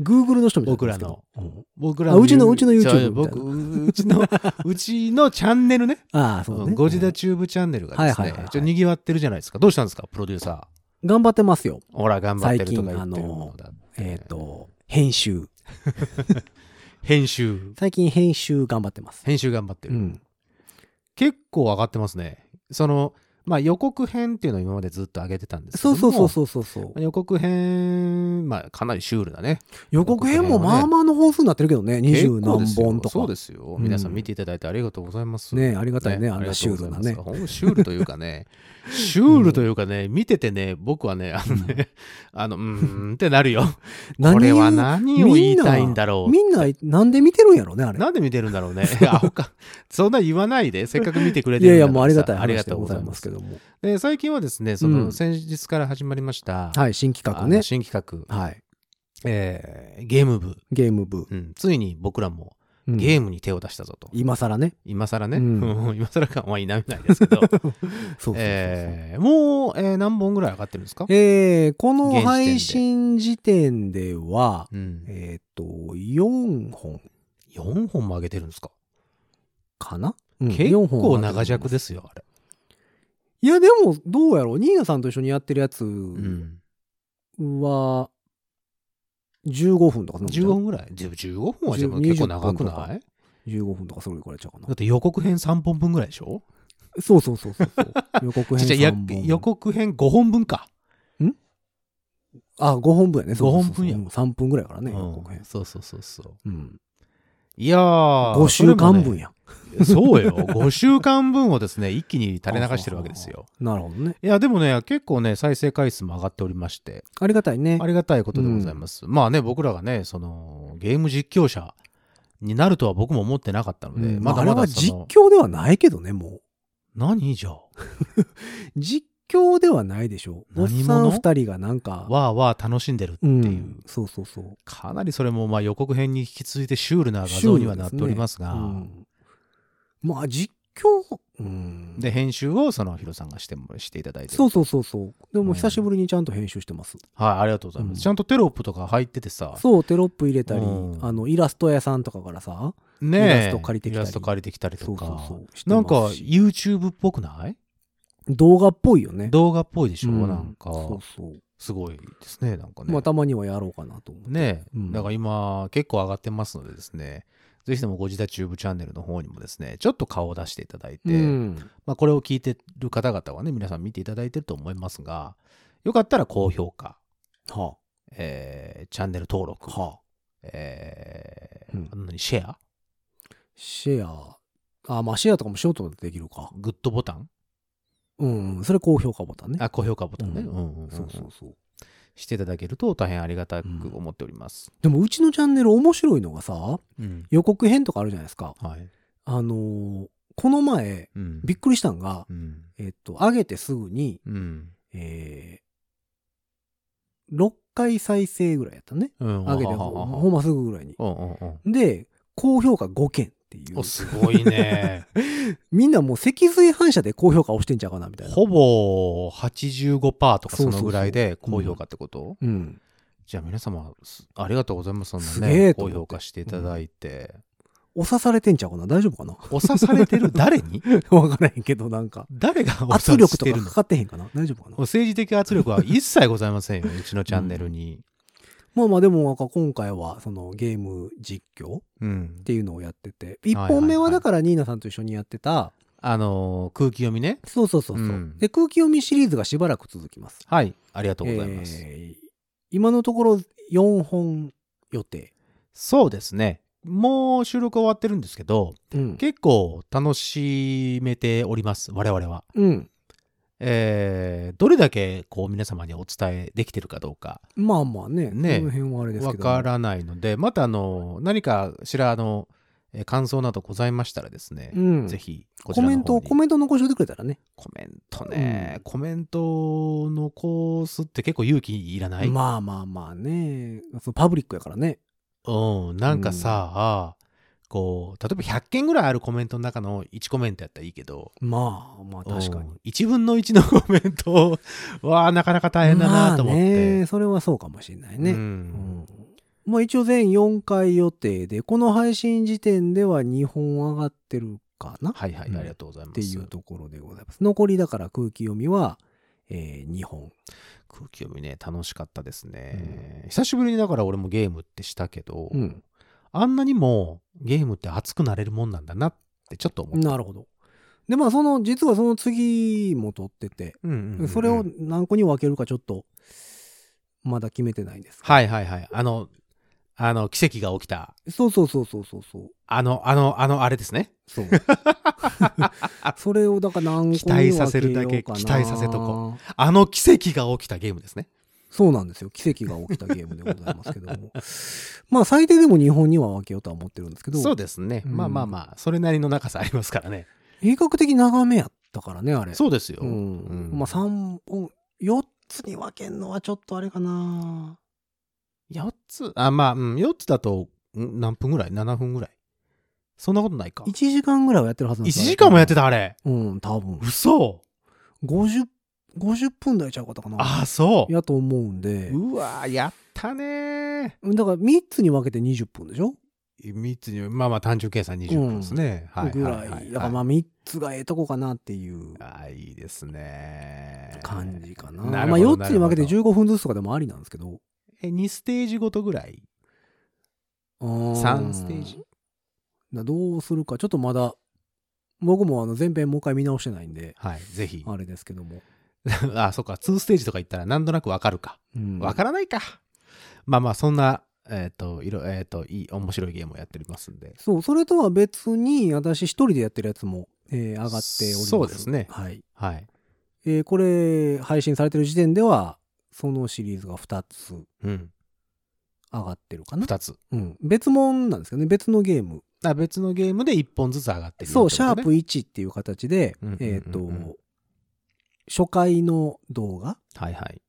Google の人みたいになってますけど。うん
僕
あうちのうちの YouTube
そ
み
う
たいな
僕う ちのうちのチャンネルね
ああ、そう
う
ね。
んゴジダチューブチャンネルがです
はいはい
ね
はいはい
ちょっとにぎわってるじゃないですかどうしたんですかプロデューサ
頑張ってますよ。
ーほら頑張ってると
最
か
近
言ってるものだって
えっ、と、編集。
編集
最近編集頑張ってます。
編集頑張って
う
る、
ん。
結構上がってますねそのまあ予告編っていうのを今までずっと上げてたんですけど
そう
も
そうそうそうそうそう。
予告編まあかなりシュールだね
予告編もまあまあの本数になってるけどね。二
結
十
構で
何
すよ
本とか。
そうですよ。皆さん見ていただいてありがとうございます。
ねありがたいね、あん
り
な
が
シュ
とう
ー
ご
ル
ざ
ない
ます
ね。
ほんまシュールというかね、シュールというかね、見ててね、僕はね、あのね、あの、うーんってなるよ。
何を
これは何を言いたいんだろう。
みんな、みんななんで見てるんやろね、あれ。
なんで見てるんだろうね。あ、ほか、そんな言わないで、せっかく見てくれ
い
てる
や
ん
いや、
だからさ
もうありがたい
ありが
話で
とう
ご
ご
ざ
ざ
い
い
ま
ますす
け。ども。
で、最近はですね、その、先日から始まりました、
はい、新企画
あ
ね
の。新企画、
はい。
えーゲーム部、
ゲーム部。
うんついに僕らも
うん
ゲームに手を出したぞと。
今更ね。
今更ね、
う
今更感は否めないですけ ど、
そうそうそうそう。え
えーもう、えー何本ぐらい上がってるんですか、
ーこの配信時点では、
うん、
えっと、4本
4本も上げてるんですか、
かなうん
結
4本上
構
がって
長
ます
尺ですよ、あれ。
いや、でも、どうやろうニーナさんと一緒にやってるやつ
うん、
は、15分とかそんなもんじゃ
15
ない
分ぐらいじゅ ?15 分は
じゅ
でも結構
20
長く
分と
な
か
い
15分とかそれぐらいちゃうか
だ
な
っ。て予告編3本分ぐらいでしょ
そうそうそうそうそう。予告編
ちっちゃいや
3本。
予告編5本分か。
あ、5本分やね。そうそうそう
五本分や
うん3分ぐらいからね、
う
予
ん
告編。
そうそうそうそう。
うん。
いやー、
5週間分
や。
やん。
そうよ。5週間分をですね、一気に垂れ流してるわけですよ。
なるほどね。
いや、でもね、結構ね、再生回数も上がっておりまして、
ありがたいね
あ。りがたいことでございます。まあね、僕らがね、その、ゲーム実況者になるとは僕も思ってなかったので、
うん
まだ
あれ
ま
は
だ
実
その、
況ではないけどね、も
何じゃあ
う。実況ではないでしょう。おっ
何
さ
者
ん2人がなんか、
わあわあ楽しんでるっ
う
ていう、
ん、そうそうそう。
かなりそれもまあ予告編に引き続いてシュールな画像にはなっておりますが、
シュールですねうんまあ実況、うん、
で、編集をそのヒロさんがしてもしていただいてる
そうそうそうそう。でも久しぶりにちゃんと編集してます。
はい、ありがとうございま
う
す。
ん
ちゃんとテロップとか入っててさ、
そう、テロップ入れたり、
うん
あのイラスト屋さんとかからさ、
ねえ
イラスト借りてきたり
イラスト借りてきたりと
そう
か、
そうそう。して
なんか
ますし
YouTube っぽくない
動画っぽいよね。
動画っぽいでしょ、
うん
なんか、
そうそう。
すごいですね、なんかね。
まあたまにはやろうかなと思って。
ねえ、
うん
だから今結構上がってますのでですね、ぜひともご自宅チューブチャンネルの方にもですね、ちょっと顔を出していただいて、
うん
まあこれを聞いてる方々はね、皆さん見ていただいてると思いますが、よかったら高評価、
は
えーチャンネル登録、
あ、はあ、
え
うん
ー何シェア
シェア。あ、まあシェアとかもしようと思ってできるか。
グッドボタン
うん、うんそれ高評価ボタンね。
あ、高評価ボタンね。
うん
うんうんうん
そうそうそう。
していただけると大変ありがたく思っております。
でもうちのチャンネル面白いのがさ、
うん
予告編とかあるじゃないですか。
はい。
あのーこの前、
うん
びっくりしたんが、
うん。
えっと、上げてすぐに、
うん。
えー、6回再生ぐらいやったね。
うん。
上げてほ、ほんますぐぐらいに。
うんうんうん。
で、高評価5件っっていう
お、すごい ね。
みんなもう脊髄反射で高評価押してんちゃうかなみたいな。
ほぼ85%とか
そ
そ
そう
う
そ
の
う
ぐらいで高評価ってこと
うん、
じゃあ皆様、すありがとうございます。そんなね
すげえと
高
思って
評価していただいて。
押さされてんちゃうかな大丈夫かな
お刺されてる誰に
わからへんけど、なんか。
誰がお
圧
刺
力
し
と
て
か
る
か
の
かってへんかな大丈夫かな
政治的圧力 は一切ございませんよ。うちのチャンネルに。
まあまあでもなんか今回はそのゲーム実況っ
うん。
ていうのをやってて
い
1
はい
本目はだからニーナさんと一緒にやってた
あのー空気読みね。
そうそうそうそう、
うん
で空気読みシリーズがしばらく続きます
はい。ありがとうございます。
えー今のところ4本予定、
そうですね。もう収録終わってるんですけど、
うん
結構楽しめております。我々は。
うん、
えーどれだけこう皆様にお伝えできてるかどうか
まあまあね
ね
この辺はあれです
わ
けど
からないので、またあの、何かしらあの、えー感想などございましたらですね、
うん
ぜひこち
コ
ら
メ
の
ント
方
を
に
コメント残しててくれたらね、
コメントね、コメントのコースって結構勇気いらない、
まあまあまあねそうパブリックやからね
うん、なんかさ、こう、例えば100件ぐらいあるコメントの中の1コメントやったらいいけど、
まあまあ確かに、
1分の1のコメントは なかなか大変だなと思っ
まあ
て
ね、。それはそうかもしれないね、
うん
まあ一応全4回予定で、この配信時点では2本上がってるかなっ
はいはい、
うん
ありがとうございます。
ていうところでございます。残りだから空気読みは、え2本。
空気読みね楽しかったですね、久しぶりにだから俺もゲームってしたけど、
うん
あんなにもゲームって熱くなれるもんなんだなってちょっと思った、
なるほど。で、まあその、実はその次も撮ってて、
うんうんうんうん
それを何個に分けるかちょっと、まだ決めてないんです。
はいはいはいあのあの奇跡が起きた
そうそうそうそうそうそう。
あのあのあのあれですね
そう。それをだから何個に分けようかな
期待させるだけ期待させとこあの奇跡が起きたゲームですね
そうなんですよ。奇跡が起きたゲームでございますけども。 まあ、最低でも日本には分けようとは思ってるんですけど、
そうですね、
うん
まあまあまあそれなりの長さありますからね
比較的長めやったからね、あれ。
そうですよ、
うん。
うん
まあ、3本、4つに分けんのはちょっとあれかな。
4つあまあ、うん、4つだとん何分ぐらい7分ぐらいそんなことないか
1時間ぐらいはやってるはずなん
1
ですよ
時間もやってたあれ
うん、多分。
嘘
50、50分台ちゃうかったかな。
ああそう
やと思うんで。
うわーやったねー
だから3つに分けて20分でしょ
3つにまあまあ単純計算20分ですね、はい
ぐ
は
ら。
いはいい
だからまあ3つがええとこかなっていう
あーいいですね
感じかな。
なる
ま
ほ
あ
ど
4つに分けて
なる
15分ずつとかでもありなんですけど。
え2ステージごとぐらい
3
3ステージ
などうするかちょっとまだ僕もあの前編もう一回見直してないんで
はいぜひ
あれですけども、
あそっか2ステージとか言ったらなんとなくわかるか
うん
わからないか、まあまあそんなえっ、といろえっ、といい面白いゲームをやっておりますんで
そうそれとは別に私一人でやってるやつも、えー上がっております
そうですね
はい、
はい
えーこれ配信されてる時点ではそのシリーズが2つ
うん
上がってるかな、
2つ
うん、別物なんですけどね別のゲーム
あ別のゲームで1本ずつ上がってるよ
そう、
って
シ
こ
ャ
と
ー
ね
プ1っていう形で、
うんうんうんうん
えっ、と、初回の動画
はいはい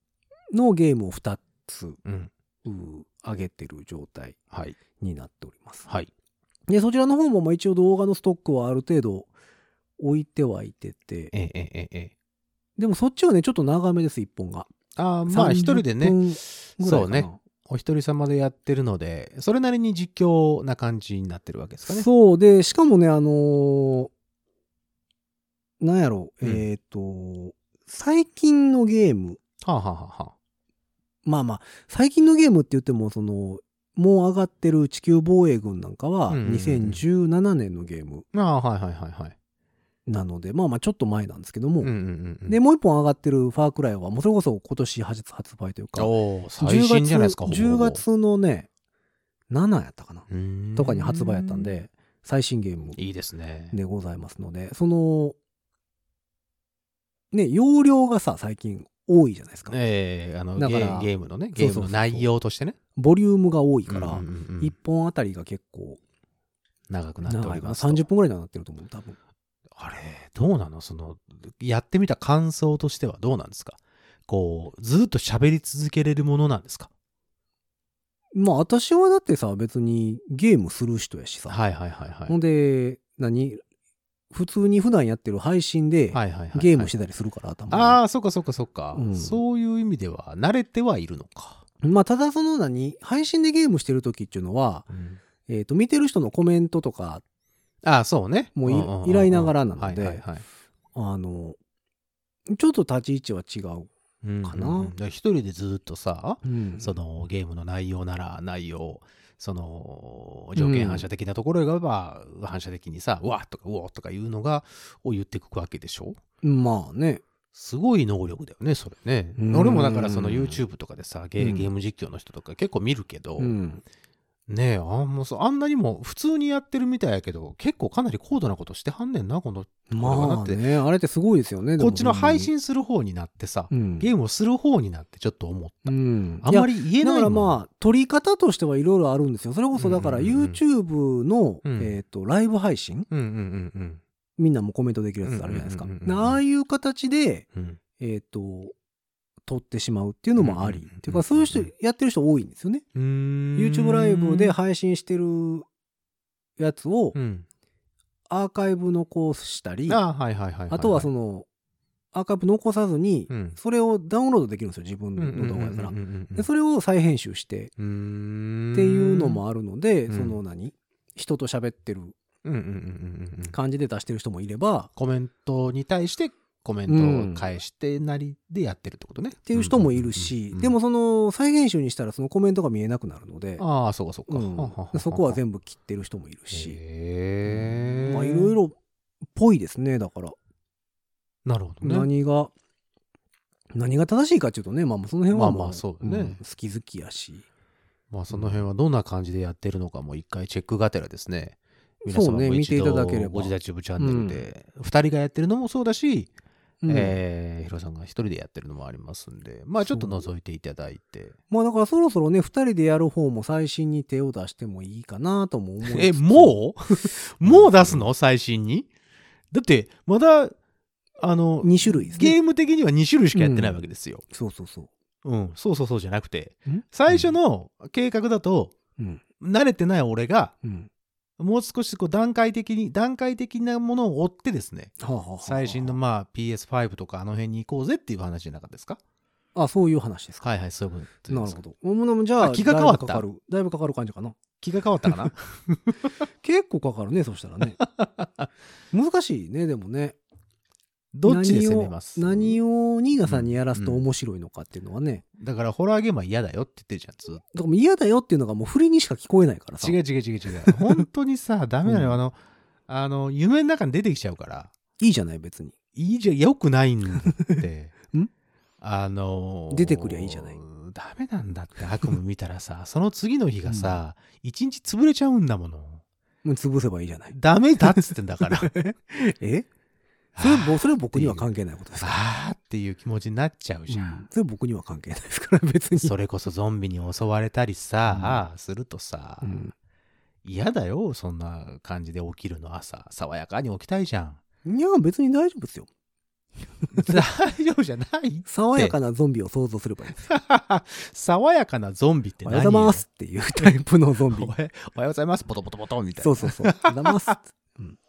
のゲームを2つ
うん
うー上げてる状態
はい
になっております。
はい
で、そちらの方もまあ一応動画のストックはある程度置いてはいてて、
ええええええ
でもそっちはね、ちょっと長めです、1本が。
あーまあ
30
一人でね
分ぐらい
そ
か
う
な
ね。お一人様でやってるので、それなりに実況な感じになってるわけですかね。
そうで、しかもね、あのーなんやろう、
うん
えっ、と、最近のゲーム、
はあ、はあはあはあ、
まあまあ、最近のゲームって言っても、その、もう上がってる地球防衛軍なんかは、
うんうんうん
2017年のゲーム
ああ、はいはいはいはい。
なので、まあまあ、ちょっと前なんですけど
う
も、
んうんうん。
で、もう一本上がってるファークライは、もうそれこそ今年発発売というか、
おー最
10
新じゃないです
月
か、
10月のね、7やったかな、と
と
かに発売やったん。で、最新ゲーム
いいですね。
でございますので、その、ね、容量がさ、最近多いじゃないですか。
ええあのゲ
だから
ー、ゲームのね、ゲームの内容としてね。
ボリュームが多いから、
うんうんうん
1本あたりが結構
長くなってお
長い
り
かな
ますと。
30分ぐらいにはなってると思う多分
あれ、どうなのその、やってみた感想としてはどうなんですかこう、ずっと喋り続けれるものなんですか
まあ私はだってさ、別にゲームする人やしさ。
はいはいはいはい。
ほんで、何普通に普段やってる配信で
はいはいはいはい
ゲームしてたりするから、頭に
ああ、そっかそっかそっか、
うん
そういう意味では慣れてはいるのか。
まあただその何配信でゲームしてる時っていうのは、えっ、と、見てる人のコメントとか、
ああ、そうね。
もうい
んんんん
依頼ながらなので
はいはいはい
あの、ちょっと立ち位置は違う。
うん
かな
うんうんだら一人でずっとさ、
うん
そのゲームの内容なら内容、その条件反射的なところがあれば、反射的にさ、うわっとかうおっとかいうのが、を言ってくわけでしょ
まあね。
すごい能力だよね、それね
う。ん
俺もだからその YouTube とかでさ、ゲ
う
ー
ん
ゲーム実況の人とか結構見るけど、
うん。
ねえ、あんもうそうあんなにも普通にやってるみたいやけど、結構かなり高度なことしてはんねんな、この、
まあね、あれってすごいですよね。でも
こっちの配、信する方になってさ
う、ん、
ゲームをする方になってちょっと思った。
うん。
あんまり言えな
だ
い
から
もん
まあ、撮り方としてはいろいろあるんですよ。それこそだから
うんうんうん
YouTube の、
うん
えっ、と、ライブ配信
うんうんうんうん
みんなもコメントできるやつあるじゃないですか。
うんうんうんうん
でああいう形で、
うん。
えっ、と、撮ってしまうっていうのもあり。
うんうんうんうん
っていうか、そういう人、やってる人多いんですよね。
うーん
YouTube ライブで配信してるやつを
うん。
アーカイブ残したり、
ああ、はいはいはいはいい。
あとはそ
の、
の、アーカイブ残さずに
う、ん。
それをダウンロードできるんですよ、自分の動画やから。で、それを再編集して
うーん。
っていうのもあるので、
うん
その何人と喋ってる
うんうんうんうんうんうん。
感じで出してる人もいれば、
コメントに対してコメントを返してなりでやってるってことね。っ
っていう人もいるし、でも、その再編集にしたらそのコメントが見えなくなるので、
ああ、そうかそう
う
か。
ん
はははは
そこは全部切ってる人もいるし、
へえ
まあいろいろっぽいですね、だから。
なるほどね。
何が、何が正しいかっていうとね、まあまあその辺はも
まあまあそうだね
ん好き好きやし。
まあその辺はどんな感じでやってるのかも一回チェックがてらですね。皆
そう
様
ね
も一
見てい
度
ただければ
ご自宅チューブチャンネルで、二人がやってるのもそうだし、
うん
えーヒロさんが一人でやってるのもありますんで、まあちょっと覗いていただいて。
まあだからそろそろね、二人でやる方も最新に手を出してもいいかなとも思いつつ
え、も うもう出すの最新にだって、まだ、あの、
?2 種類ですね。
ゲーム的には2種類しかやってないわけですよ。
そうそうそう。
うん、そうそうそうじゃなくて
ん、
最初の計画だと、
うん。
慣れてない俺が、
うん。
もう少しこう段階的に、段階的なものを追ってですね、
はあはあはあ
最新のまあ PS5 とかあの辺に行こうぜっていう話じゃなかったですか
あ、そういう話ですか。
はいはい、そういうこと
な
で
る
す
ほど。もうじゃあ、
あ気が変わった
だいぶかかる。だいぶかかる感じかな。
気が変わったか な
結構かかるね、そしたら ね。難しいね、でもね。
どっちで攻めます
何を何を新賀さんにやらすと面白いのかっていうのはね。
だからホラーゲームは嫌だよって言ってるじゃん、ずっと。
だからもう嫌だよっていうのがもう振りにしか聞こえないからさ。
違う違う違う違う。 本当にさ、ダメなのよ。あの、あの、夢の中に出てきちゃうから、
いいじゃない、別に。
いいじゃん、よくないんだ って。
ん
あのー
出てくりゃいいじゃない。
ダメなんだって悪夢見たらさ、 その次の日がさ、一、日潰れちゃうんだもの。
うん潰せばいいじゃ ない。
ダメだっつってんだ から。
えそれ ぼそれは僕には関係ないことですから。
あーっていう気持ちになっちゃうじゃ
うん
ん。
それは僕には関係ないですから、 別に。
それこそゾンビに襲われたりさ、するとさ、
うん
嫌だよ、そんな感じで起きるの朝。爽やかに起きたいじゃん。
いや、別に大丈夫ですよ。
大丈夫じゃない
爽やかなゾンビを想像すればいいですよ。
爽やかなゾンビって
お
何
はようございますっていうタイプのゾンビ
お。はおはようございます。ポトポトポトみたい
そ
な
う。そうそう。おはようございます。うん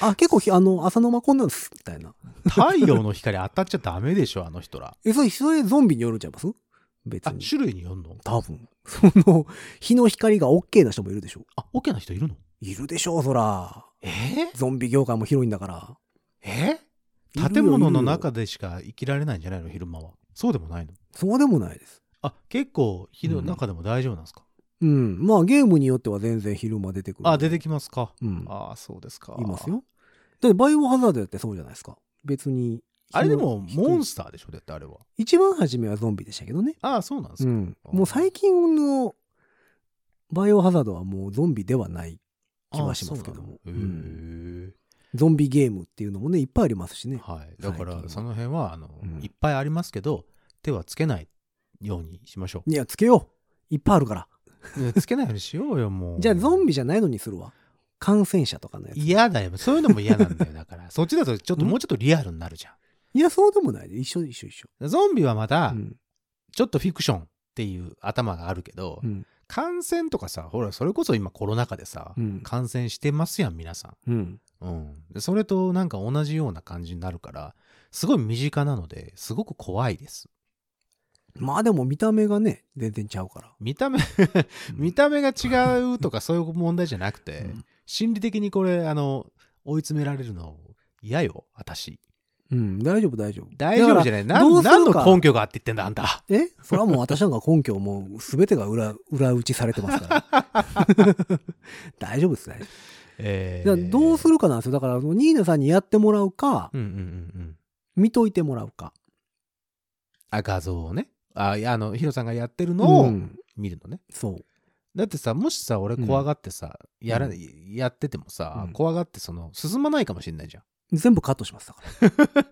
あ、結構ひ、あの、浅沼こんなんです、みたいな。
太陽の光当たっちゃダメでしょ、あの 人ら。
え、それ、それゾンビによるんちゃいます別
あ、
に。
種類によんの
多分。その、日の光が OK な人もいるでしょ。
あ、オケな人いるの
いるでしょう、そら。
え
ゾンビ業界も広いんだから。
え
いるよ
建物の
い
中
るよ
でしか生きられないんじゃないの昼間は。そうでもないの
そうでもないです。
あ、結構、火の
うん
中でも大丈夫なんですか、
うん。まあ、ゲームによっては全然昼間出てくる。
あ、出てきますか。
うん。
あそうですか。
います。よ。だって、バイオハザードだってそうじゃないですか。別に。
あれでも、
日の
モンスターでしょ、だってあれは。
一番初めはゾンビでしたけどね。
ああ、そうなんです
う
か。
ん。
あー
もう最近のバイオハザードはもうゾンビではない気
あ
は
あ
し
そ
ま
う
す
な
け
の
ども。
へ
う
え
んゾンビゲームっていうのもね、いっぱいありますしね。
はい。だか
最近
ら、
は
その辺は、あの、
うん
いっぱいありますけど、手はつけないようにしましょ
いや、つけよう。いっぱいあるから。
う。 ねつけないようにしようよ、もう。
じゃあゾン
ビ
ビじゃないのにするわ。感染者とかのやつ。
嫌だよ。そういうのも嫌なんだよ。だから、そっちだと、ちょっ ともうちょっとリアルになるじゃ
いや、そうでもないで。一緒一緒一緒。
ん。ゾンビはま
う
だ、
ん。
ちょっとフィクションっていう頭があるけど
う、ん
感染とかさ、ほら、それこそ今コロナ禍でさ、
うん
感染してますやん、皆さん。
うん。
うん、でそれとなんか同じような感じになるからすごい身近なのですごく怖いです
まあでも見た目がね、全然ちゃうから。
見た目見た目が違うとかそういう問題じゃなくて、
うん
心理的にこれあの追い詰められるの嫌よ私
うん、大丈夫大丈夫。
大丈夫じゃない
だから
な
ど
ん
うするか
何の根拠があって言ってんだあんた
えそれはもう私なんか根拠もう全てが裏、裏打ちされてますから。 大丈夫です、大丈夫。
え
だからどうす
る
るかなんですよ。だから、あのニーナさんにやってもらうか、
うんうんうんうん
見といてもらうか。
あ画像をねあいやあのヒロさんがやってるの
う
を
ん
見るのね、
そう。
だってさもしさ俺怖がってさ、やら
う
やっててもさ、
うん
怖がってその進まないかもしれないじゃん
全部カットしますだから。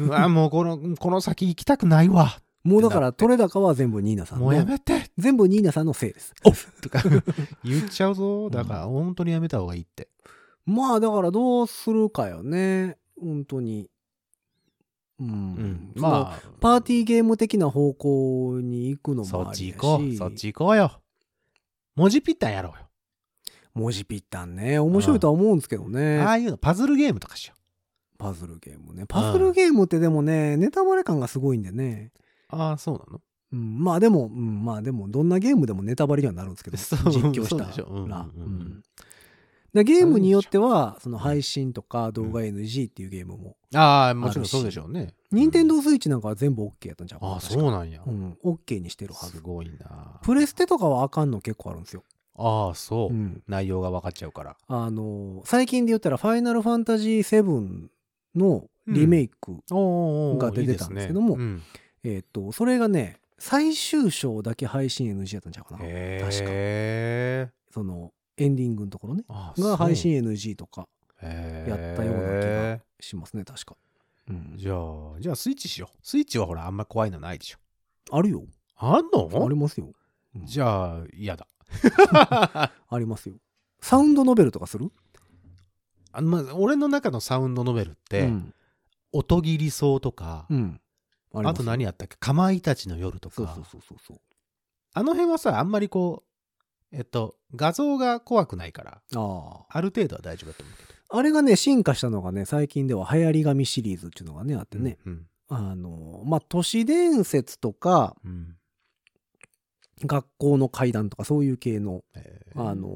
うわもうこのこの先行きたくないわ
もうだから、取れ高は全部ニーナさん
もうや
の。
めて
全部ニーナさんのせいです。
とか 言っちゃうぞだから本当にやめた方がいいって
まあだからどうするかよね本当にうん、
うん
まあ
まあ
パーティーゲーム的な方向に行くの
そ
も
っ
あ
ち
り
行こ
だ
う
し
そっち行こうよ文字ぴったんやろうよ、
文字ぴったんね面白いとは思うんですけどね、
ああいうのパズルゲームとかしよ
パズルゲームねパズルゲームってでもねネタバレ感がすごいんでね、
うああそうなの
うん、まあでも、うん、まあでもどんなゲームでもネタバレにはなるんですけど
そ
実
う
況し
そう
た
でしょうんうん
ら
うん
うんだからゲームによってはその配信とか動画 NG っていうゲームも、
ああもちろんそうでしょうね
任天堂スイッチなんかは全部 OK やったんじゃん
ああそうなんや、
うん、OK にしてるは
す
ず。
ごいな
プレステとかはあかんの結構あるんですよ。
ああそう、
うん
内容が分かっちゃうから
あのー、最近で言ったら、ファイナルファンタジー7のリメイク、
おーおーおー
が出てたんですけども
いいですね
えーっと、それがね、最終章だけ配信 NG やったんちゃうか
うん
な。
へ
確か
え
その、エンディングのところね。
ああ
が配信
や
NG とかったような気がしますね、確か。うん、
じゃあ、じゃあスイッチしよう。スイッチはほら、あんま怖いのないでしょ。
あるよ。
あん
あ
の
りますよ。うん
じゃあ、嫌だ。
ありますよ。サウンドノベルとかする
あのまあ、俺の中のサウンドノベルって、
うん。
音切り草とか、
うん。あり
あ
ます
と何やったっけ、かまいたちの夜とか、
そうそうそうそうそう。
あの辺はさ、あんまりこう、えっと、画像が怖くないから、
ああ。
ある程度は大丈夫だと思うけど。
あれがね、進化したのがね、最近では流行り紙シリーズっていうのがね、あってね。
うん。
あの、まあ、都市伝説とか、
うん。
学校の怪談とか、そういう系の、
えー
あ、の、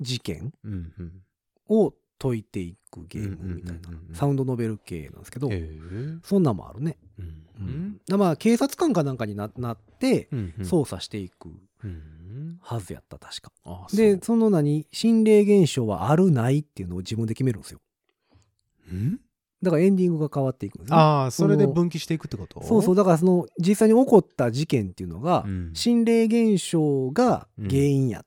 事件
うんうん。
を解いていくゲームみたい
うんうんうんうんうん
な、サウンドノベル系なんですけど
へ、ー
そんなんもあるね。
うん
うんだまあ、警察官かなんかにななって、
うんうん。
捜査していく
うん。
はずやった、確か。
ああ、そう。
で、その何、心霊現象はあるないっていうのを自分で決めるんですよ。
うん
だからエンディングが変わっていくんですね。
ああ、それで分岐していくってこと
そうそうだからその実際に起こった事件っていうのが、
うん
心霊現象が原因やっ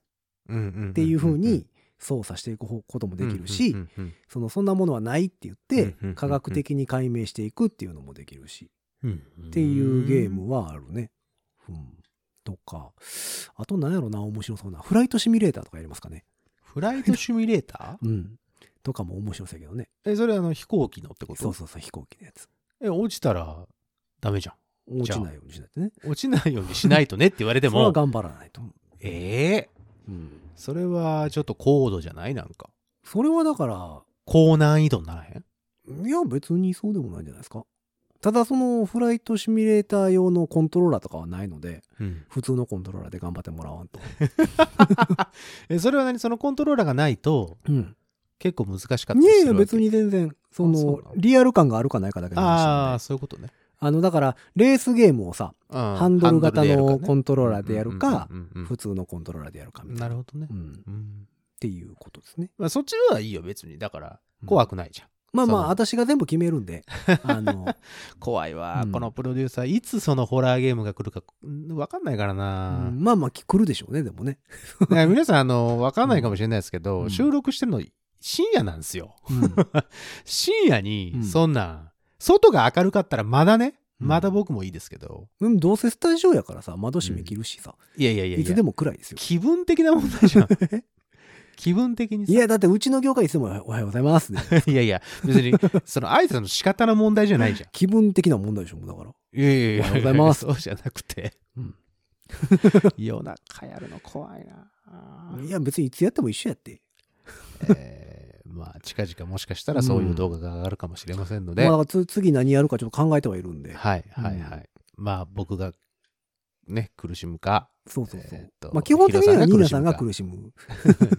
って
いうふうに操作していく方こともできるし、
うんうん
そのそんなものはないって言っ
うんうん
て、
うんうん
科学的に解明していくっていうのもできるし、
うんうん、
っていうゲームはあるね。うん、とかあと何やろな面白そうなフライトシミュレーターとかやりますかね。
フライトシミュレーター
うん、とかも面白そうやけどね。
えそれあの飛行機のってこと
そうそうそう飛行機のやつ。
え落ちたらダメじゃ
落ちないようにしないとね。
ん落ちないようにしないとねって言われて
では
も
頑張らないと。
ええ
うん、
それはちょっと高度じゃないなんか
それはだから
高難易度にならへん
いや、別にそうでもないんじゃないですか。ただ、そのフライトシミュレーター用のコントローラーとかはないので、
うん、
普通のコントローラーで頑張ってもらわん と。
えそれは何そのコントローラーがないと
うん。
結構難しかったり
い
する
やいや、
わけ
別に全然、そ
あそう
の
なの、
リアル感があるかないかだけの話
あ
なん
あ
で。
そういうことね、
あの、だから、レースゲームをさ、
うん
ハンドル型のコントローラ
ハ
ー
ド
で
ルでや
や
る
る
か
か
ね、うんうんうんうん
普通のコントローラーでやるかみた
ないる
な。
ほどね
う、ん。っ
うん
ていうことですね。
まあ、そっちはいいよ別にだから
うん
怖くないじゃん、
まあま
そ
あ、
う
私が全部決めるんで、あ の、
怖いわ、
うん
このプロデューサーいつそのホラーゲームが来るか分かんないから
う
な、
んまあまあ、来るでしょうね、でもね。
だから皆さんあの分かんないかもしれないですけど、
うん
収録してるの深夜なんですよ
うん
深夜
う
に
ん
そんなん、外が明るかったらまだね
うん
まだ僕もいいですけど、
うん。どうせスタジオやからさ、窓閉め切るしさ、
いやいやいやい
い
や
つでも暗いですよ。
気分的な問題 じゃん気分的にさ
いや、だってうちの業界いつもおはようございます、 ね。
いやいや別にその挨拶の仕方の問題じゃないじゃん
気分的な問題でしょ、もうだから。
いやいやいや
おはようございます
そうじゃなくて、
うん
夜中やるの怖いな。
いや、別にいつやっても一緒やって。
えーまあ、近々もしかしたらそういう動画が上がるかもしれませんので、
まあ、だからつ次何やるかちょっと考えてはいるんで。
はいはいはい。まあ、僕がね、苦しむ か、
そうそうそう。
えーっと
まあ、基本的にはニーナさんが
ヒ
苦しむ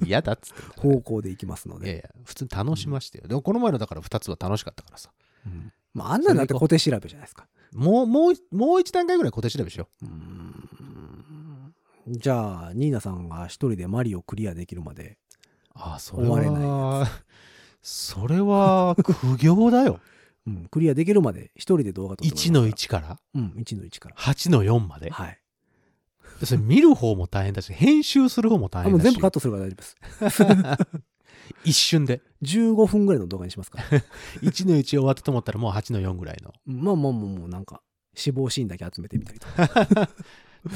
嫌だっつってんだから
方
ね。
向でいきますの
いやい
で。
や、普通に楽しましてよ。でも、この前のだから2つは楽しかったからさ。
うんまあ、あんなのだって固定調べじゃないですか。
もう、もう、もう一段階ぐらい小手調べしよ
うーんじゃあ、ニーナさんが一人でマリオクリアできるまで。
う。ああ、そ
れは終われ
それは、苦行だ よ。
うん、クリアできるまで一人で動画撮ってもらいます
1の。1から
うん、1の1から。
8の4まで。
はい。
それ見る方も大変だし、編集する方も大
あもう
変だ
全
し
部、カットするから大丈夫です。
一瞬 で。
15分ぐらいの動画にしますから。
1の1終わったと思ったらもう8の4ぐらいの。
まあまあもう、もうなんか、死亡シーンだけ集めてみたりとか。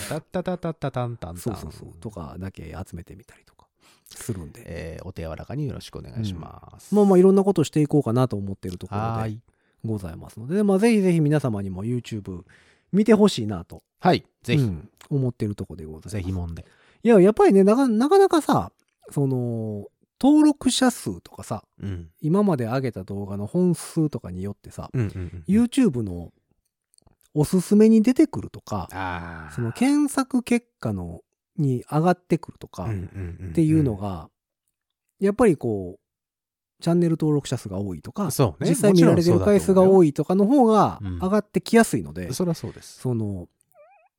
タッタタタタタンタンタン。
そうそうそう。とかだけ集めてみたりとかするんで。
えーお手柔らかによろしくお願いします。
まあまあいろんなことしていこうかなと思っているとこ
は
ろ
ー
で
い。
ございますので、まあぜひぜひ皆様にも YouTube 見てほしいなと、
はい。ぜひ、
うん思っているところでございます。
ぜひもんで。
いや、やっぱりね、なかなかなかさ、その、登録者数とかさ、
うん。
今まで上げた動画の本数とかによってさ、
うんうん、うん。
YouTube のおすすめに出てくるとか、
ああ。
その検索結果のに上がってくるとか
うんうん
っ
うんうん
ていうの、が、やっぱりこう、チャンネル登録者数が多いとか、
そうね。
実際見られてる回数が
い。
多いとかの方が
うん
上がってきやすいので、
そりゃそうです。
その、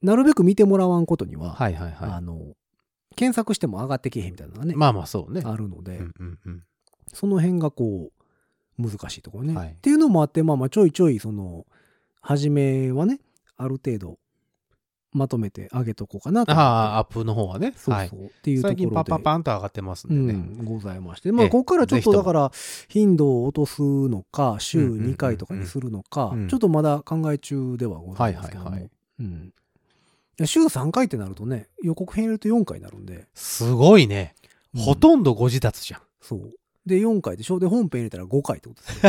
なるべく見てもらわんことには、
はいはいは
あの、検索しても上がってけえへんみたいなのがね
い。、まあまあそうね。
あるので、
うんうんうん。
その辺がこう、難しいところね。
はい
っていうのもあって、まあまあちょいちょい、その、初めはね、ある程度、まとめて上げとこうかなと思
あ
って。
あ、アップの方はね。
そうそう、
はい。
っていうところで。
最近パッパッパンと上がってますん
う
でね。
ん、ございまして。まあ、
ええ
ここからちょっと
ぜ
だ
ひと
か
も
ら、頻度を落とすのか、週
うんうんうんうん
2回とかにするのか
う、ん
ちょっとまだ考え中ではございますけども。
はいはいはい
うん。いや週3回ってなるとね、予告編入れると4回になるんで。
すごいね。ほ
んど
とんどご自立じゃん。
そう。で、4回でしょ。で、本編入れたら5回ってことです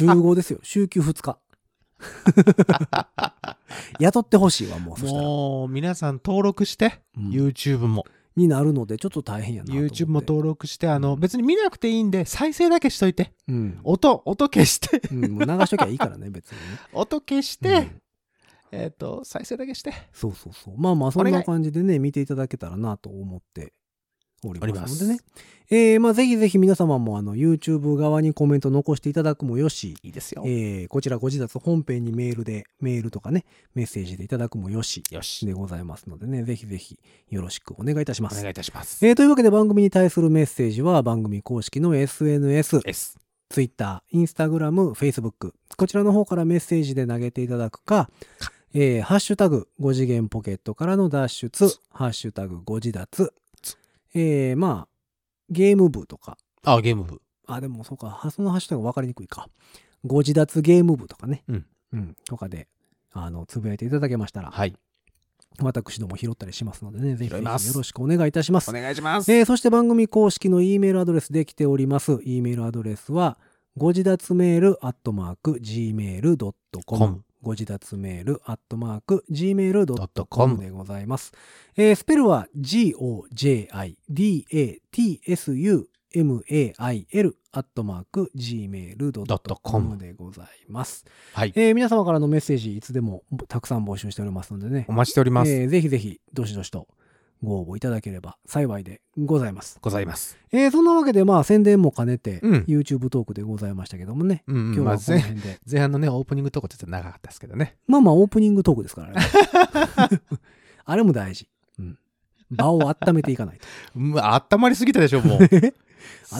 よ。週5ですよ。週休2日。雇ってほしいわ、もう、そしたら。
もう、皆さん登録して、
うん
YouTube も。
になるので、ちょっと大変やなと思って。
YouTube も登録して、あの、
うん
別に見なくていいんで、再生だけしといて。
うん。
音、音消 して、
うん、もう流しときゃいいからね、別にね。
音消し
う
て
ん、
えっと、再生だけして。
そうそうそう。まあまあ、そん
お願
ない感じでね、見ていただけたらなと思っておりますので
おり
ね
ま。
えー、まあ、ぜひぜひ皆様も、あの、YouTube 側にコメント残していただくもよし、
いいですよ。
えー、こちらご自立本編にメールで、メールとかね、メッセージでいただくもよし、
よし。
でございますのでね、ぜひぜひよろしくお願いいたしま
お
す
願い。いたします。
えーというわけで番組に対するメッセージは番組公式の SNS、
S。
Twitter、Instagram、Facebook、こちらの方からメッセージで投げていただくか、えーハッシュタグ5次元ポケットからの脱出、ハッシュタグ5次脱、えー、まあ、ゲーム部とか、
あ、ゲーム部。
あ、でもそうか、はそのハッシュタグ分かりにくいか。ご自立ゲーム部とかね。
うん。
うん。とかで、あの、つぶやいていただけましたら、
はい。
私ども拾ったりしますのでね、ぜひぜ
拾い
ひ
ます
よろしくお願いいたします。
お願いします。
えーそして番組公式の E メールアドレスで来ております。E メールアドレスは、ご自立メールアットマーク Gmail.com
com。
ご自立メールアットマーク Gmail.com
ドットコ
コム
ム。
でございます。えースペルは g-o-j-i-d-a-t-s-u-m-a-i-l アットマーク gmail.com でございます。
はい。
えー皆様からのメッセージいつでもたくさん募集しておりますのでね
お、待ちしております。
えーぜひぜひどしどしとご応募いただければ幸いでございます。
ございます。
えーそんなわけでまあ宣伝も兼ねて、
うん
YouTube トークでございましたけどもね、
うんうん、
今日
ま
は
あ
この
前
辺で。
前半のね、オープニングとこちょっと長かったですけどね。
まあまあオープニングトークですからね。 あれも大事。うん。場を温めていかないと。
うん、温まりすぎたでしょ、もう。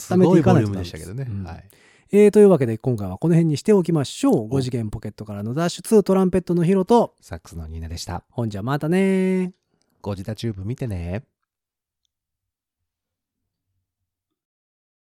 すごいボリュームでしたけどね。
うん
はい。
えーというわけで今回はこの辺にしておきましょう。5次元ポケットからの脱出、トランペットのヒロと、
サックスのニーナでした。
ほんじゃまたねー。
ゴジタチューブ見てね。